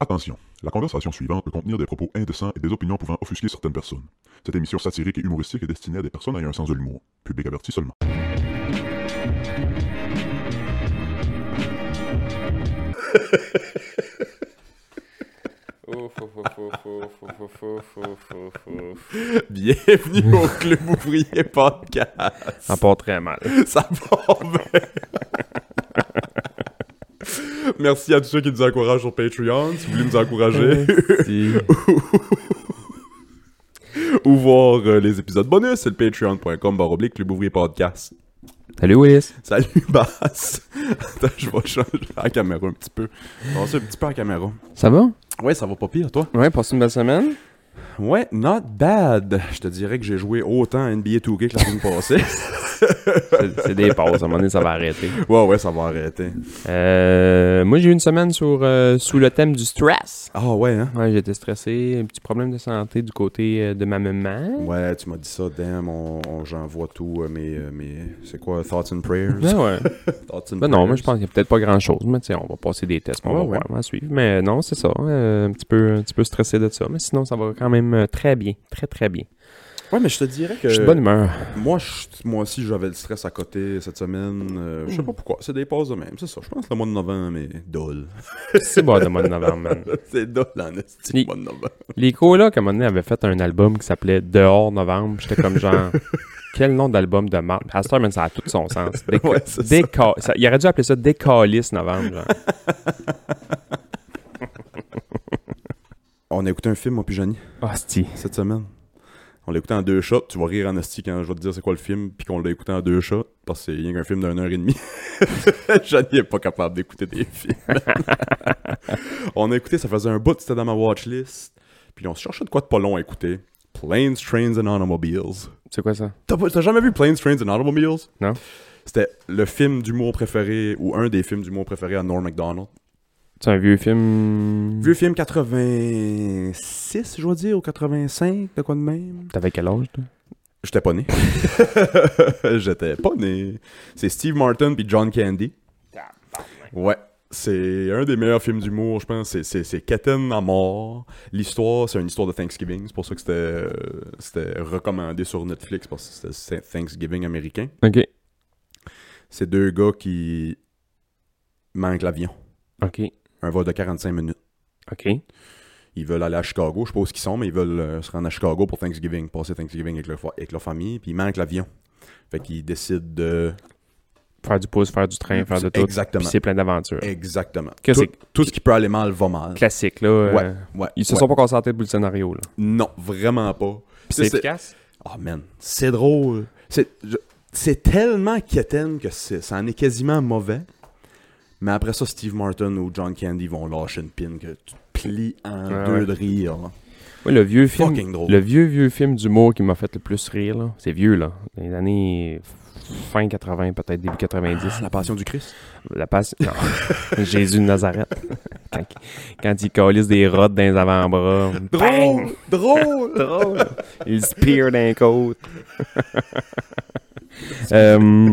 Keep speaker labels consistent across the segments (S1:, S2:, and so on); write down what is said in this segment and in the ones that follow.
S1: Attention, la conversation suivante peut contenir des propos indécents et des opinions pouvant offusquer certaines personnes. Cette émission satirique et humoristique est destinée à des personnes ayant un sens de l'humour. Public averti seulement.
S2: Bienvenue au Club Ouvrier Podcast.
S3: Ça part très mal.
S2: Ça part bien. Merci à tous ceux qui nous encouragent sur Patreon. Si vous voulez nous encourager ou voir euh, les épisodes bonus, c'est le patreon.com baroblique Club Ouvrier Podcast.
S3: Salut Willis.
S2: Salut Bass. Attends, je vais changer la caméra un petit peu. Passer un petit peu à la caméra.
S3: Ça va?
S2: Ouais, ça va pas pire, toi.
S3: Ouais, passe une belle semaine.
S2: Ouais, not bad. Je te dirais que j'ai joué autant à NBA 2K que la semaine passée.
S3: C'est c'est des pauses, à un moment donné, ça va arrêter.
S2: ouais, ouais, ça va arrêter.
S3: Euh, moi, j'ai eu une semaine sur, euh, sous le thème du stress.
S2: Ah ouais, hein?
S3: Ouais, j'étais stressé. Un petit problème de santé du côté euh, de ma maman.
S2: Ouais, tu m'as dit ça, damn, on, on- j'envoie tout, euh, mes, euh, mes- c'est quoi, thoughts and prayers?
S3: Ben ouais.
S2: Thoughts and
S3: Ben non, moi
S2: prayers.
S3: je pense qu'il n'y a peut-être pas grand-chose, mais tu sais, on va passer des tests, on va
S2: Ouais,
S3: voir,
S2: ouais.
S3: on va suivre. Mais non, c'est ça, euh, un, petit peu, un petit peu stressé de ça, mais sinon ça va quand même euh, très bien, très très bien.
S2: Ouais, mais je te dirais que...
S3: Je suis de bonne humeur.
S2: Moi, je- moi aussi, j'avais le stress à côté cette semaine. euh, je sais pas pourquoi. C'est des pauses de même. C'est ça. Je pense que le mois de novembre est dole.
S3: C'est bon le mois de novembre, man.
S2: c'est dole en esti,
S3: Oui.
S2: le mois de novembre.
S3: Les colocs, à un moment donné, avaient fait un album qui s'appelait Dehors Novembre. J'étais comme genre, quel nom d'album de marque? Pasteur, man, ça a tout son sens. Déca-
S2: Ouais, c'est ça.
S3: déca- ça- il aurait dû appeler ça Décalisse Novembre, genre.
S2: On a écouté un film, moi, puis Johnny,
S3: Hostie.
S2: cette semaine. On l'a écouté en deux shots. Tu vas rire en esti quand je vais te dire c'est quoi le film, puis qu'on l'a écouté en deux shots, parce que c'est rien qu'un film d'une heure et demie. Johnny est pas capable d'écouter des films. on a écouté, ça faisait un bout, c'était dans ma watchlist. Puis on se cherchait de quoi de pas long à écouter. Planes, Trains and Automobiles.
S3: C'est quoi ça?
S2: T'as pas- t'as jamais vu Planes, Trains and Automobiles?
S3: Non?
S2: C'était le film d'humour préféré, ou un des films d'humour préférés à Norm MacDonald.
S3: C'est un vieux film.
S2: Vieux film 86, je dois dire, ou 85, de quoi de même.
S3: T'avais quel âge, toi?
S2: J'étais pas né. J'étais pas né. C'est Steve Martin puis John Candy. Ouais. C'est un des meilleurs films d'humour, je pense. C'est- C'est c'est Katen à mort. L'histoire, c'est une histoire de Thanksgiving. C'est pour ça que c'était euh, c'était recommandé sur Netflix, parce que c'était Thanksgiving américain.
S3: Ok.
S2: C'est deux gars qui manquent l'avion.
S3: Ok.
S2: Un vol de 45 minutes.
S3: Ok.
S2: Ils veulent aller à Chicago. Je sais pas où ils sont, mais ils veulent euh, se rendre à Chicago pour Thanksgiving, passer Thanksgiving avec leur, fa- avec leur famille. Puis ils manquent l'avion. Fait qu'ils décident de.
S3: Faire du pouce, faire du train, faire de tout.
S2: Exactement.
S3: Puis c'est plein d'aventures.
S2: Exactement.
S3: Que
S2: tout,
S3: c'est-
S2: tout ce qui peut aller mal va mal.
S3: Classique, là. euh,
S2: Ouais, ouais,
S3: Ils se
S2: ouais.
S3: sont pas concentrés pour le scénario, là.
S2: Non, vraiment pas.
S3: Puis c'est efficace?
S2: Oh man, c'est drôle. C'est, je- c'est tellement quétaine que c'est, ça en est quasiment mauvais. Mais après ça, Steve Martin ou John Candy vont lâcher une pin que tu te plies en
S3: Ah
S2: deux
S3: ouais.
S2: de rire. là.
S3: Ouais, le vieux film.
S2: Fucking drôle.
S3: Le vieux, vieux film d'humour qui m'a fait le plus rire, là. C'est vieux, là. Dans les années fin 80, peut-être début 90.
S2: Ah, La passion du Christ.
S3: La passe. Non. Jésus de Nazareth. quand, quand il calisse des rottes dans les avant-bras. Bang!
S2: Drôle!
S3: Drôle! Il se pire d'un côte. Euh,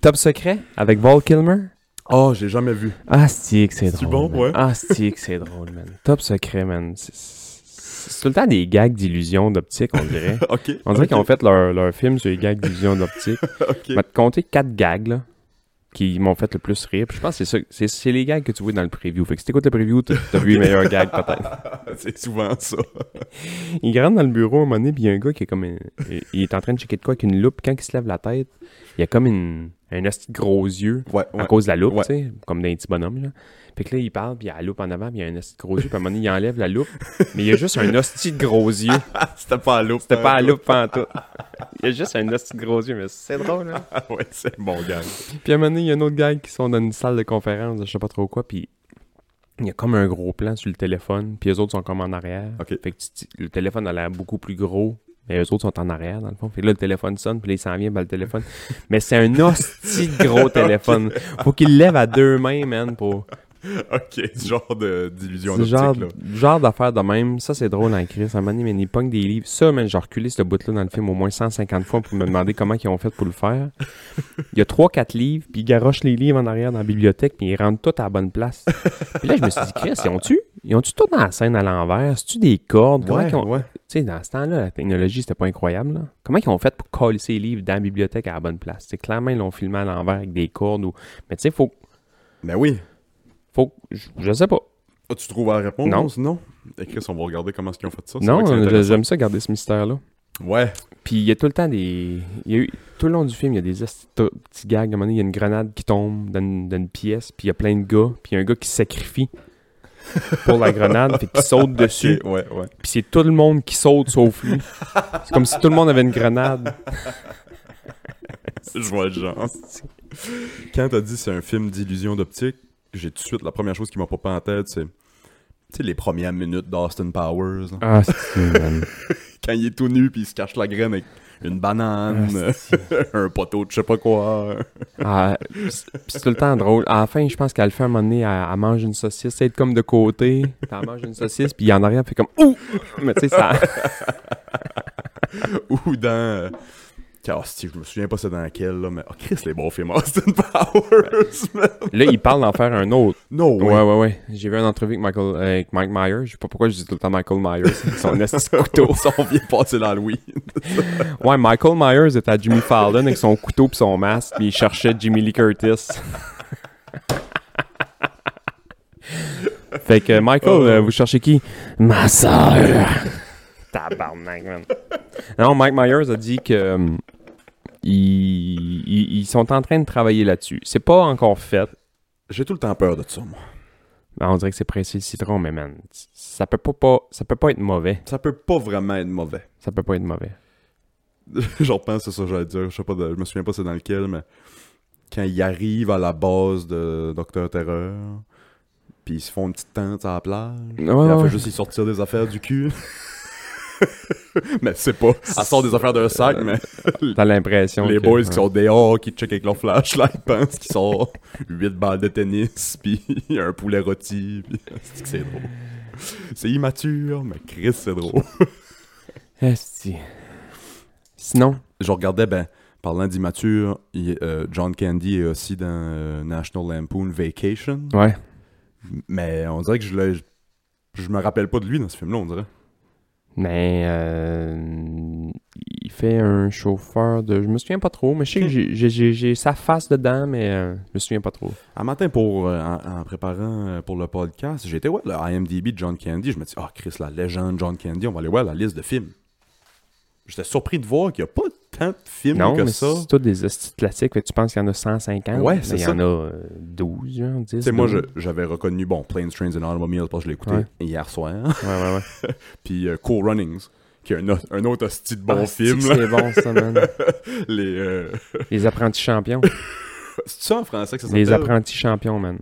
S3: top secret avec Val Kilmer.
S2: oh, j'ai jamais vu.
S3: Ah, c'est que c'est
S2: C'est bon,
S3: drôle. man.
S2: ouais.
S3: Ah, c'est que c'est drôle, man. Top secret, man. C'est- C'est c'est tout le temps des gags d'illusion d'optique, on dirait.
S2: Ok.
S3: On dirait qu'ils ont fait leur, leur film sur les gags d'illusion d'optique. Je vais te compter quatre gags là, qui m'ont fait le plus rire. Puis je pense que c'est ça- c'est c'est les gags que tu vois dans le preview. Fait que si t'écoutes le preview, t'as t'as vu les meilleurs gags peut-être.
S2: C'est souvent ça.
S3: Il rentre dans le bureau à un moment donné, puis il y a un gars qui est comme. un- il est en train de checker de quoi avec une loupe. Puis quand il se lève la tête, il y a comme une, un asti de gros yeux
S2: Ouais,
S3: à cause de la loupe,
S2: Ouais.
S3: tu sais, comme d'un petit bonhomme. Là. Puis que là, il parle, puis il y a la loupe en avant, puis il y a un hostie de gros yeux, puis à un moment donné, il enlève la loupe, mais il y a juste un hostie de gros yeux.
S2: C'était pas à l'eau.
S3: C'était pas la loupe pantoute. Il y a juste un hostie de gros yeux, mais c'est drôle, hein?
S2: ouais, c'est mon gars.
S3: Puis à un moment donné, il y a un autre gars qui sont dans une salle de conférence, je sais pas trop quoi, puis il y a comme un gros plan sur le téléphone, puis les autres sont comme en arrière.
S2: Ok.
S3: Fait que tu- tu- le téléphone a l'air beaucoup plus gros, mais les autres sont en arrière, dans le fond. Fait que là, le téléphone sonne, puis là, il s'en vient par le téléphone. mais c'est un hostie de gros téléphone. Faut qu'il le lève à deux mains, man, pour...
S2: ok, ce genre de- d'illusion
S3: C'est
S2: d'optique,
S3: genre,
S2: là.
S3: genre d'affaire de même. Ça, c'est drôle en Chris. À un moment donné, mais ils pognent des livres. Ça, man, j'ai reculé ce bout-là dans le film au moins 150 fois pour me demander comment ils ont fait pour le faire. Il y a 3-4 livres, puis ils garochent les livres en arrière dans la bibliothèque, puis ils rentrent tout à la bonne place. Puis là, je me suis dit, Chris, ils ont-tu ils ont tout dans la scène à l'envers? C'est-tu des cordes? Comment
S2: Ouais,
S3: qu'ils ont-
S2: ouais.
S3: Tu sais, dans ce temps-là, la technologie, c'était pas incroyable. là. Comment ils ont fait pour coller ces livres dans la bibliothèque à la bonne place? C'est clairement, ils l'ont filmé à l'envers avec des cordes. Ou... Mais tu sais, faut,
S2: Ben oui.
S3: faut, je, je sais pas.
S2: Ah, tu trouves la réponse? Non. Non. Chris, on va regarder comment est-ce qu'ils ont fait ça. C'est
S3: non,
S2: vrai que c'est
S3: je-
S2: intéressant.
S3: j'aime ça garder ce mystère-là.
S2: Ouais.
S3: Puis il y a tout le temps des. Il y a eu... Tout le long du film, il y a des esti- t- petits gags. À un moment donné, il y a une grenade qui tombe dans une, dans une pièce, puis il y a plein de gars, puis il y a un gars qui se sacrifie pour la grenade, puis qui saute dessus.
S2: Ok, Ouais, ouais.
S3: Puis c'est tout le monde qui saute sauf lui. C'est comme si tout le monde avait une grenade.
S2: Je vois le genre. Quand t'as dit c'est un film d'illusion d'optique, j'ai tout de suite la première chose qui m'a popé en tête, c'est. Tu sais, les premières minutes d'Austin Powers. là.
S3: Ah, c'est man.
S2: Quand il est tout nu puis il se cache la graine avec une banane,
S3: Ah,
S2: un poteau de je sais pas quoi.
S3: Ah, pis c'est pis c'est tout le temps drôle. À la fin, je pense qu'elle le fait à un moment donné, elle, elle mange une saucisse, elle est comme de côté, puis elle mange une saucisse, puis en arrière, elle fait comme Ouh! Mais tu sais, ça.
S2: Ou dans. euh, Ah, si, je me souviens pas c'est dans laquelle, là, mais. Oh, Chris, les bons films Austin Powers, man.
S3: Là, il parle d'en faire un autre.
S2: No way.
S3: Ouais, ouais, ouais. J'ai vu une entrevue avec, Michael, euh, avec Mike Myers. Je sais pas pourquoi je dis tout le temps Michael Myers. avec Son esti de couteau.
S2: Ça, on vient de passer l'Halloween.
S3: Ouais, Michael Myers était à Jimmy Fallon avec son couteau pis son masque, puis il cherchait Jimmy Lee Curtis. fait que Michael,
S2: Oh.
S3: euh, vous cherchez qui Ma soeur Tabarnak, man. Non, Mike Myers a dit que. euh, Ils, ils- ils sont en train de travailler là-dessus. C'est pas encore fait.
S2: J'ai tout le temps peur de ça, moi.
S3: Ben, on dirait que c'est pressé le citron, mais man, ça peut pas, pas, ça peut pas être mauvais.
S2: Ça peut pas vraiment être mauvais.
S3: Ça peut pas être mauvais.
S2: je repense c'est ça que j'allais dire. Je sais pas, de- je me souviens pas c'est dans lequel, mais quand ils arrivent à la base de Docteur Terreur, puis ils se font une petite tente à la plage,
S3: Ouais,
S2: puis elle
S3: ouais.
S2: fait juste y sortir des affaires du cul. mais c'est pas. Elle sort des affaires d'un sac, mais
S3: T'as l'impression.
S2: les
S3: que-
S2: boys qui sont dehors, qui checkent avec leur flashlight, pensent qu'ils sont 8 balles de tennis, puis un poulet rôti, puis c'est que c'est drôle. C'est immature, mais Chris, c'est drôle.
S3: Esti. Sinon,
S2: je regardais, ben, parlant d'immature, il- euh, John Candy est aussi dans euh, National Lampoon Vacation.
S3: ouais.
S2: Mais on dirait que je le- je- Je me rappelle pas de lui dans ce film-là, on dirait.
S3: Mais euh, il fait un chauffeur de. Je me souviens pas trop, mais je sais que j'ai- j'ai- j'ai j'ai sa face dedans, mais euh, je me souviens pas trop.
S2: Un matin, pour, euh, en, en préparant euh, pour le podcast, j'étais, ouais, le IMDb de John Candy. Je me dis, ah, Chris, la légende John Candy, on va aller voir la liste de films. J'étais surpris de voir qu'il n'y a pas tant de films
S3: Non,
S2: que
S3: mais
S2: ça.
S3: c'est tous des hosties de classiques. fait que tu penses qu'il y en a 150.
S2: Ouais,
S3: mais
S2: c'est
S3: Il y
S2: ça.
S3: en a euh, 12, genre, 10.
S2: Tu sais, moi, je-
S3: 12.
S2: j'avais reconnu, bon, Planes, Trains and Automobiles, parce que je l'ai écouté
S3: Ouais.
S2: hier soir,
S3: Ouais, ouais, ouais.
S2: puis euh, Cool Runnings, qui est un, autre- un autre hostie de bon
S3: Ah,
S2: film.
S3: c'est
S2: là.
S3: que C'est bon, ça, man.
S2: Les. euh,
S3: Les apprentis champions.
S2: C'est ça en français que ça s'appelle
S3: Les apprentis champions, man.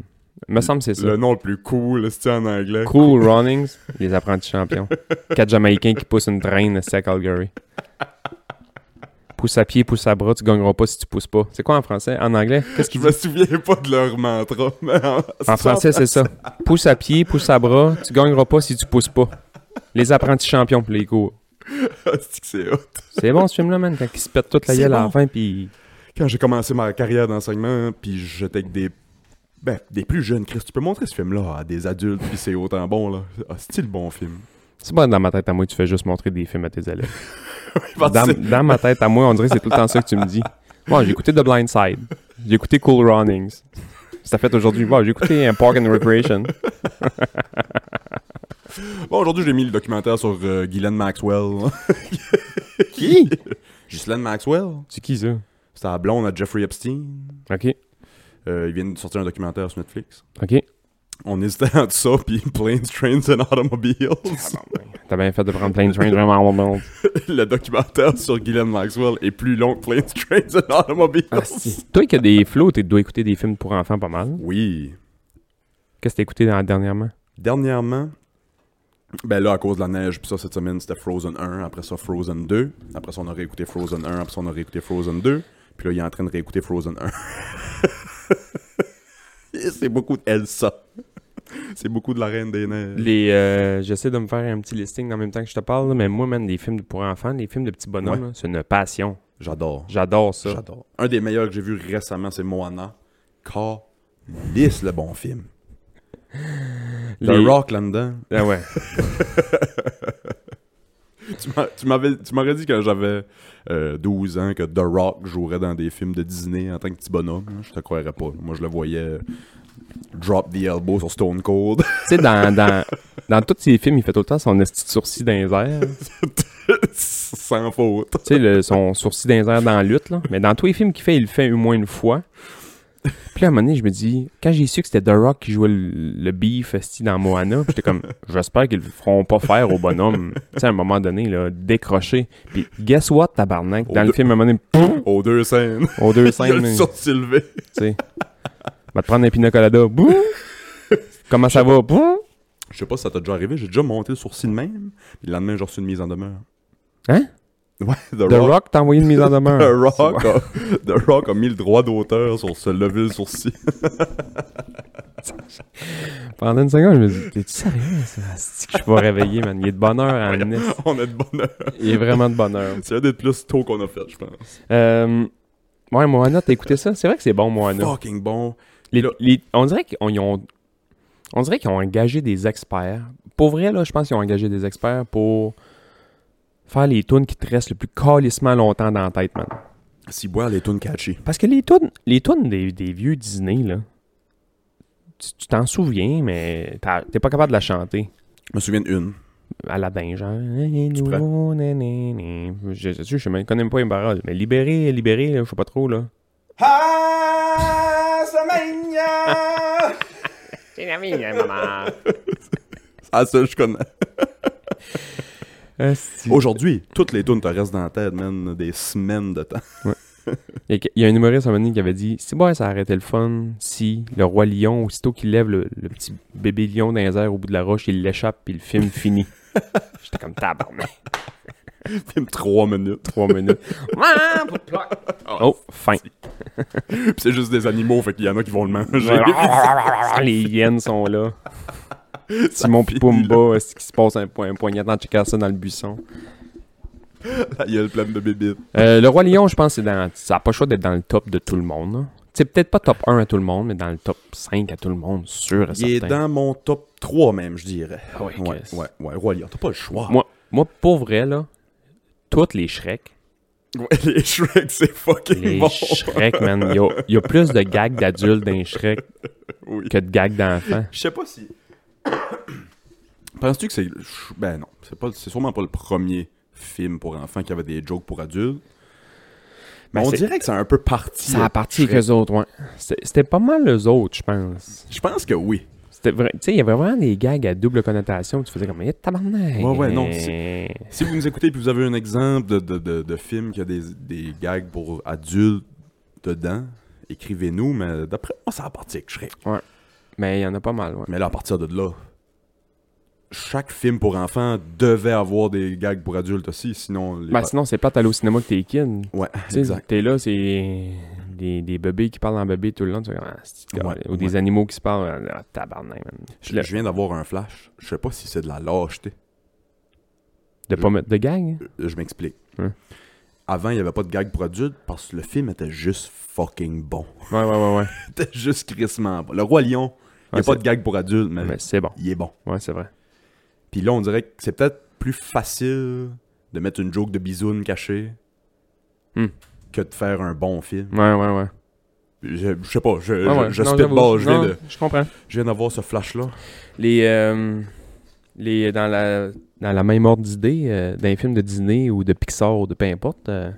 S3: Me semble que c'est ça.
S2: Le nom le plus cool, c'est en anglais.
S3: Cool Runnings, les apprentis champions. Quatre Jamaïcains qui poussent une traîne, c'est à Calgary. Pousse à pied, pousse à bras, tu gagneras pas si tu pousses pas. C'est quoi en français? En anglais? Qu'est-ce
S2: Je
S3: qu'ils
S2: me
S3: disent?
S2: souviens pas de leur mantra, mais en,
S3: En français, c'est ça. Pousse à pied, pousse à bras, tu gagneras pas si tu pousses pas. Les apprentis champions pour les cours.
S2: c'est que c'est hot.
S3: C'est bon ce film-là, man, quand ils se pètent toute la
S2: C'est
S3: gueule à
S2: bon.
S3: la fin, puis
S2: Quand j'ai commencé ma carrière d'enseignement, puis j'étais avec des ben, des plus jeunes, Chris, tu peux montrer ce film-là à des adultes, puis c'est autant bon, là. Ah, c'est-tu le bon film?
S3: c'est pas dans ma tête à moi, tu fais juste montrer des films à tes élèves.
S2: Parce que
S3: Dans,
S2: c'est-
S3: dans ma tête à moi, on dirait que c'est tout le temps ça que tu me dis. Bon, j'ai écouté The Blind Side. J'ai écouté Cool Runnings. Ça fait aujourd'hui. Bon, j'ai écouté un Park and Recreation.
S2: Bon, aujourd'hui, j'ai mis le documentaire sur euh, Ghislaine Maxwell.
S3: Qui?
S2: Ghislaine Maxwell?
S3: C'est qui ça?
S2: C'est la blonde à Jeffrey Epstein.
S3: Ok,
S2: Euh, il vient de sortir un documentaire sur Netflix.
S3: ok.
S2: On hésitait entre ça, puis Planes, Trains and Automobiles.
S3: Ah, T'as bien fait de prendre plein de trains vraiment au monde.
S2: le documentaire sur Guylaine Maxwell est plus long que Planes, Trains and Automobiles.
S3: Ah, Toi qui as des flots, tu dois écouter des films pour enfants pas mal.
S2: oui.
S3: Qu'est-ce que t'as écouté dans- dernièrement?
S2: Dernièrement, ben là, à cause de la neige, puis ça, cette semaine, c'était Frozen 1, après ça, Frozen 2. Après ça, on aurait écouté Frozen 1, après ça, on aurait écouté Frozen 2. Puis là, il est en train de réécouter Frozen 1. Et C'est beaucoup de Elsa. C'est beaucoup de la Reine des Neiges.
S3: Les, euh, j'essaie de me faire un petit listing en même temps que je te parle, là, mais moi, même les films pour enfants, les films de petits bonhommes,
S2: Ouais.
S3: là, c'est une passion.
S2: J'adore.
S3: J'adore ça.
S2: J'adore. Un des meilleurs que j'ai vu récemment, c'est Moana. Lisse le bon film.
S3: Les-
S2: Le Rock là-dedans.
S3: Ah ouais.
S2: Tu m'as- tu m'avais- tu m'aurais dit que j'avais euh, 12 ans que The Rock jouerait dans des films de Disney en tant que petit bonhomme. hein. Je te croirais pas. Moi, je le voyais euh, drop the elbow sur Stone Cold.
S3: tu sais, dans, dans, dans tous ses films, il fait tout le temps son esti de sourcil dans les airs. tu
S2: Sans faute.
S3: sais, le- son sourcil dans les airs dans la lutte, là. Mais dans tous les films qu'il fait, il le fait au moins une fois. Puis là, à un moment donné, je me dis, quand j'ai su que c'était The Rock qui jouait le, le beef esti, dans Moana, j'étais comme, j'espère qu'ils le feront pas faire au bonhomme. Tu sais, à un moment donné, là, décrocher. Puis, guess what, tabarnak? Dans
S2: Au
S3: le
S2: deux-
S3: film, à un moment donné, pouf,
S2: Aux deux scènes.
S3: aux deux
S2: Il a
S3: scènes,
S2: le
S3: tu
S2: sourcil levé.
S3: sais. Va te prendre un pina colada. Boum! Comment ça va? Boum!
S2: Je sais pas si ça t'a déjà arrivé. J'ai déjà monté le sourcil de même. Puis le lendemain, j'ai reçu une mise en demeure.
S3: Hein?
S2: Ouais, The,
S3: The
S2: Rock.
S3: Rock t'a envoyé une mise en demeure.
S2: The Rock, a, The Rock a mis le droit d'auteur sur se lever le sourcil.
S3: Pendant une seconde, je me dis, t'es-tu sérieux? C'est asti que je suis pas réveillé, man. Il est de bonheur à amener.
S2: On est de bonheur.
S3: Il est vraiment de bonheur.
S2: C'est un des plus tôt qu'on a fait, je pense.
S3: Euh, ouais, Moana, t'as écouté ça? C'est vrai que c'est bon, Moana.
S2: Fucking bon.
S3: Les-
S2: là.
S3: les- on dirait qu'ils ont- ils ont, on dirait qu'ils ont engagé des experts. Pour vrai, là, je pense qu'ils ont engagé des experts pour faire les tunes qui te restent le plus calissement longtemps dans la tête, man.
S2: Si boire les tunes catchy.
S3: Parce que les tunes, les tunes des, des vieux Disney, là, tu tu t'en souviens, mais t'as- t'es pas capable de la chanter.
S2: Je me souviens d'une.
S3: Aladdin, genre.
S2: prends?
S3: Je je- je sais même- connais même pas les paroles. Mais libéré, libéré, là, je sais pas trop, là.
S2: Ah, ça, je connais.
S3: Il
S2: Aujourd'hui, toutes les tunes te restent dans la tête, man, des semaines de temps.
S3: y, a- il y a un humoriste à un moment donné qui avait dit Si bon, ça arrêtait le fun, si le roi lion, aussitôt qu'il lève le, le petit bébé lion dans les airs au bout de la roche, il l'échappe, puis le film finit. J'étais comme tabarnak,
S2: Film 3 minutes.
S3: trois minutes. Ah, pour ploc. oh, fin.
S2: Puis c'est juste des animaux, fait qu'il y en a qui vont le manger.
S3: Ah, Les hyènes sont là. Simon
S2: finit,
S3: Pumba, est-ce qu'il se passe un, point- un poignard dans checker ça dans le buisson?
S2: La gueule pleine de bébites.
S3: Euh, le Roi Lion, je pense, c'est dans, ça n'a pas le choix d'être dans le top de tout le monde. là. C'est peut-être pas top 1 à tout le monde, mais dans le top 5 à tout le monde, sûr et
S2: Il est
S3: certain.
S2: dans mon top 3 même, je dirais.
S3: Ah ouais,
S2: ouais,
S3: Chris.
S2: ouais, ouais. Roi Lion, t'as pas le choix.
S3: Moi, moi, pour vrai, là, toutes les Shrek,
S2: Ouais, les Shrek, c'est fucking
S3: les
S2: bon.
S3: Shrek, man, il y a, il y a plus de gags d'adultes dans les Shrek
S2: Oui.
S3: que de gags d'enfants.
S2: Je sais pas si. Penses-tu que c'est. Ben non, c'est pas, c'est sûrement pas le premier film pour enfants qui avait des jokes pour adultes. Mais
S3: Ben,
S2: on
S3: c'est-
S2: dirait que c'est un peu parti.
S3: Ça a
S2: là,
S3: parti avec
S2: Shrek.
S3: eux autres, ouais. C'était c'était pas mal eux autres, je pense.
S2: Je pense que oui.
S3: C'était vrai- Tu sais, il y avait vraiment des gags à double connotation. Tu faisais comme, Eh, tabarnak!
S2: Ouais, ouais, non, Si vous nous écoutez et vous avez un exemple de, de, de, de film qui a des, des gags pour adultes dedans, écrivez-nous, mais d'après moi, ça a parti avec Shrek.
S3: Mais il y en a pas mal, ouais.
S2: Mais là, à partir de là, chaque film pour enfants devait avoir des gags pour adultes aussi, sinon... les
S3: Ben,
S2: pa-
S3: sinon, c'est plate aller au cinéma que t'es kid.
S2: Ouais,
S3: Tu sais,
S2: exact.
S3: t'es là, c'est des, des bébés qui parlent en bébé tout le long. Tu fais comme, Ah, c'est-
S2: Ouais,
S3: ou des animaux qui se parlent. Ah, tabarnak, man.
S2: Je, je viens d'avoir un flash. Je sais pas si c'est de la lâcheté.
S3: De pas mettre de gang. hein?
S2: Euh, Je m'explique.
S3: Hein.
S2: Avant, il n'y avait pas de gag pour adultes parce que le film était juste fucking bon.
S3: Ouais, ouais, ouais, ouais.
S2: C'était juste crissement bon. Le Roi Lion, il n'y
S3: Ouais,
S2: a pas
S3: c'est-
S2: de gag pour adultes, mais
S3: Mais c'est bon.
S2: il est bon.
S3: Ouais, c'est vrai.
S2: Puis là, on dirait que c'est peut-être plus facile de mettre une joke de bisoune cachée
S3: Hmm.
S2: que de faire un bon film.
S3: Ouais, ouais, ouais.
S2: Je, je sais pas, Euh, je,
S3: Ouais, Ah ouais.
S2: je, je
S3: Non,
S2: spitball,
S3: j'avoue.
S2: je viens
S3: Non,
S2: de-
S3: Je comprends.
S2: je viens d'avoir ce flash-là.
S3: Les. euh, les dans, la, dans la même ordre d'idée, euh, d'un film de Disney ou de Pixar ou de peu importe, euh,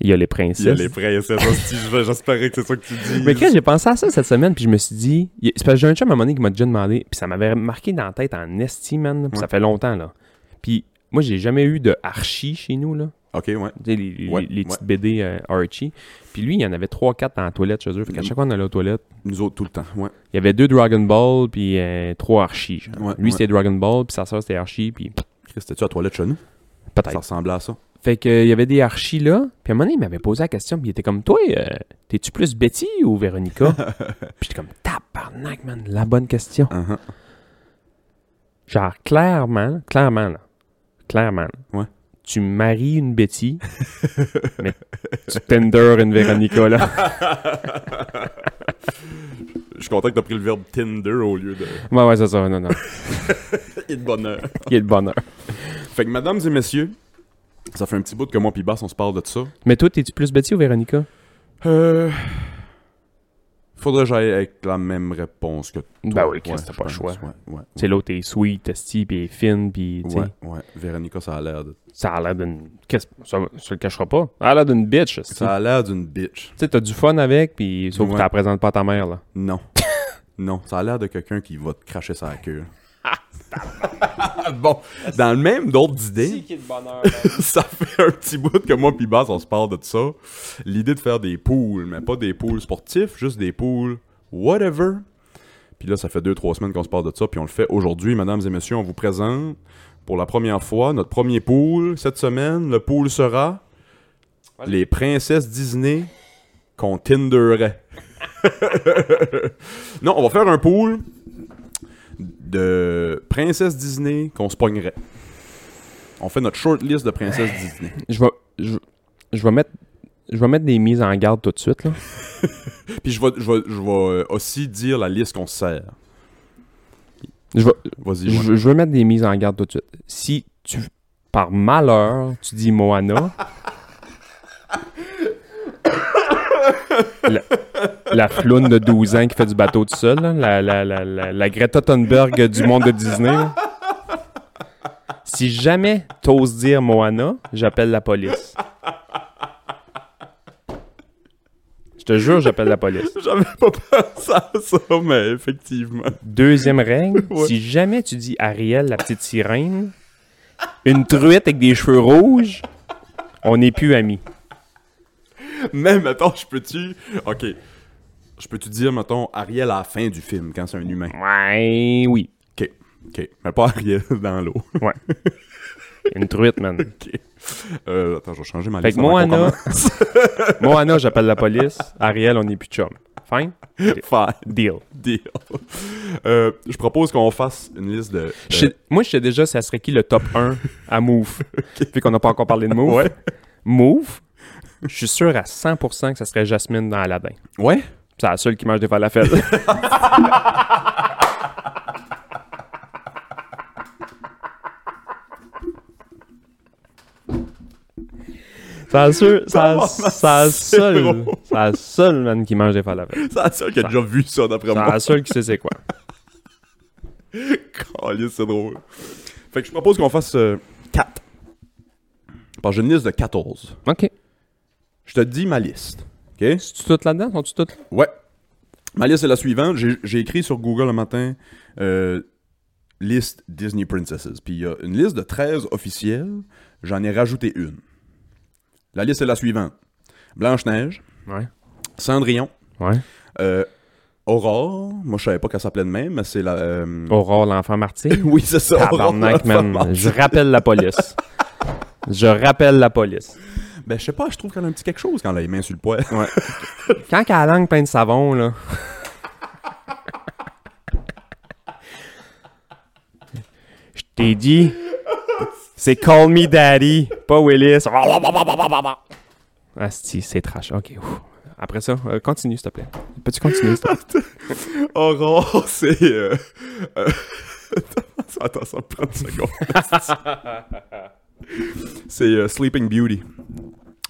S3: il y a les princesses.
S2: Il y a les princesses, hostie, j'espérais que c'est ça que tu dis.
S3: Mais Chris, j'ai pensé à ça cette semaine, puis je me suis dit. il- C'est parce que j'ai un chum à un moment donné qui m'a déjà demandé, puis ça m'avait marqué dans la tête en estime, man. puis Ça fait longtemps, là. Puis moi, j'ai jamais eu de Archie chez nous, là.
S2: Ok, ouais.
S3: Tu sais, les, les-
S2: Ouais,
S3: les petites BD euh, Archie. Puis lui, il y en avait 3-4 dans la toilette chez eux.
S2: Mm.
S3: Fait qu'à chaque fois, on allait aux toilettes.
S2: Nous autres, tout le temps, ouais.
S3: Il y avait deux Dragon Ball, puis euh, trois Archie. genre.
S2: Ouais,
S3: lui,
S2: ouais.
S3: c'était Dragon Ball, puis sa soeur, c'était Archie, puis
S2: Chris, t'es-tu à la toilette chez nous? Ça
S3: peut-être.
S2: ressemblait à ça.
S3: Fait que, euh, il y avait des archis là. Puis à un moment donné, il m'avait posé la question. Puis il était comme, toi, euh, t'es-tu plus Betty ou Véronica? puis j'étais comme, tabarnak, man, la bonne question.
S2: Uh-huh.
S3: Genre, clairement, clairement, là, clairement, là,
S2: Ouais.
S3: tu maries une Betty, mais tu Tinder une Véronica, là.
S2: Je suis content que t'as pris le verbe Tinder au lieu de
S3: ouais, ouais, c'est ça, non, non.
S2: et de bonheur.
S3: Il y a le bonheur.
S2: Fait que, mesdames et messieurs, ça fait un petit bout que moi pis Bass, on se parle de ça.
S3: Mais toi, t'es-tu plus Betty ou Véronica?
S2: Euh... Faudrait que j'aille avec la même réponse que toi.
S3: Ben oui, Chris,
S2: Ouais,
S3: t'as
S2: je
S3: pas le
S2: pense,
S3: choix.
S2: Ouais, ouais,
S3: Tu sais, l'autre est sweet, testy, puis elle est fine, puis tu sais,
S2: ouais, ouais. Véronica, ça a l'air de...
S3: ça a l'air d'une... Qu'est-ce... Ça, ça le cachera pas. Elle a l'air d'une bitch, esti.
S2: Ça a l'air d'une bitch.
S3: Tu sais, t'as du fun avec, puis sauf que
S2: Ouais.
S3: t'en présentes pas à ta mère, là.
S2: Non. non, ça a l'air de quelqu'un qui va te cracher sa queue.
S3: Ah,
S2: bon, dans le même d'autres idées,
S3: qui est le bonheur,
S2: ça fait un petit bout que moi puis Bass, on se parle de ça. L'idée de faire des poules, mais pas des poules sportifs, juste des poules whatever. Puis là, ça fait deux, trois semaines qu'on se parle de ça, puis on le fait aujourd'hui. Mesdames et messieurs, on vous présente pour la première fois notre premier pool cette semaine. Le pool sera les princesses Disney qu'on Tinderait. non, on va faire un pool de princesses Disney qu'on se pognerait. On fait notre short list de princesses Disney.
S3: Je vais... Je, je vais mettre... Je vais mettre des mises en garde tout de suite, là.
S2: Puis je vais, je vais- je vais, euh, aussi dire la liste qu'on se sert.
S3: Je vais...
S2: Vas-y.
S3: Je,
S2: ouais.
S3: veux- je veux mettre des mises en garde tout de suite. Si tu, par malheur, tu dis Moana, la, la floune de 12 ans qui fait du bateau tout seul, là, la, la, la, la, la Greta Thunberg du monde de Disney, là. si jamais t'oses dire Moana, j'appelle la police. Je te jure, j'appelle la police.
S2: J'avais pas pensé à ça, mais effectivement.
S3: Deuxième règle,
S2: Ouais.
S3: si jamais tu dis Ariel, la petite sirène, une truite avec des cheveux rouges, on n'est plus amis.
S2: Mais mettons, je peux-tu. Ok. Je peux-tu dire, mettons, Ariel à la fin du film, quand c'est un humain.
S3: Ouais, oui.
S2: Ok. Ok. Mais pas Ariel dans l'eau.
S3: Ouais. Une truite, man.
S2: Ok. Euh, attends, je vais changer ma
S3: Fait
S2: liste.
S3: que
S2: avant qu'on
S3: Moana,
S2: commence.
S3: Moana, j'appelle la police. Ariel, on n'est plus chum. Fine?
S2: Fine.
S3: Deal.
S2: Deal. Euh, je propose qu'on fasse une liste de.
S3: Je sais- Euh, moi, je sais déjà, ça serait qui le top 1 à Move? Vu qu'on n'a pas encore parlé de Move.
S2: Ouais.
S3: Move, je suis sûr à 100% que ça serait Jasmine dans Aladdin.
S2: euh, Ouais?
S3: C'est la seule qui mange des falafels. C'est la seule, c'est la- c'est la seule,
S2: drôle.
S3: c'est la seule man qui mange des falafels.
S2: C'est la seule qui a déjà vu ça, d'après
S3: C'est
S2: moi.
S3: la seule qui sait c'est quoi.
S2: Caliste, c'est drôle. Fait que je propose qu'on fasse 4. Parce que j'ai une liste de 14.
S3: Ok.
S2: Je te dis ma liste. OK?
S3: Tu toutes là-dedans? Sont-tu toutes?
S2: Ouais. Ma liste est la suivante. J'ai j'ai écrit sur Google le matin euh, liste Disney Princesses. Puis il y a une liste de 13 officielles. J'en ai rajouté une. La liste est la suivante. Blanche-Neige,
S3: Ouais.
S2: Cendrillon,
S3: Ouais.
S2: euh, Aurore. Moi, je savais pas qu'elle s'appelait de même, mais c'est la... euh,
S3: Aurore, l'enfant martyr.
S2: Oui, c'est ça. Aurore,
S3: Tabarnak,
S2: l'enfant
S3: man.
S2: mort.
S3: Je rappelle la police. Je rappelle la police.
S2: Ben, je sais pas, je trouve qu'elle a un petit quelque chose quand elle a les mains sur le poêle.
S3: Quand qu'à la langue peint de savon, là. Je t'ai dit. C'est Call Me Daddy, pas Willis. Asti, c'est trash. Ok. ouf. Après ça, euh, continue, s'il te plaît. Peux-tu continuer, s'il te plaît?
S2: Aurore, Oh, c'est. euh, euh, attends, attends, ça me prend une seconde. c'est euh, Sleeping Beauty.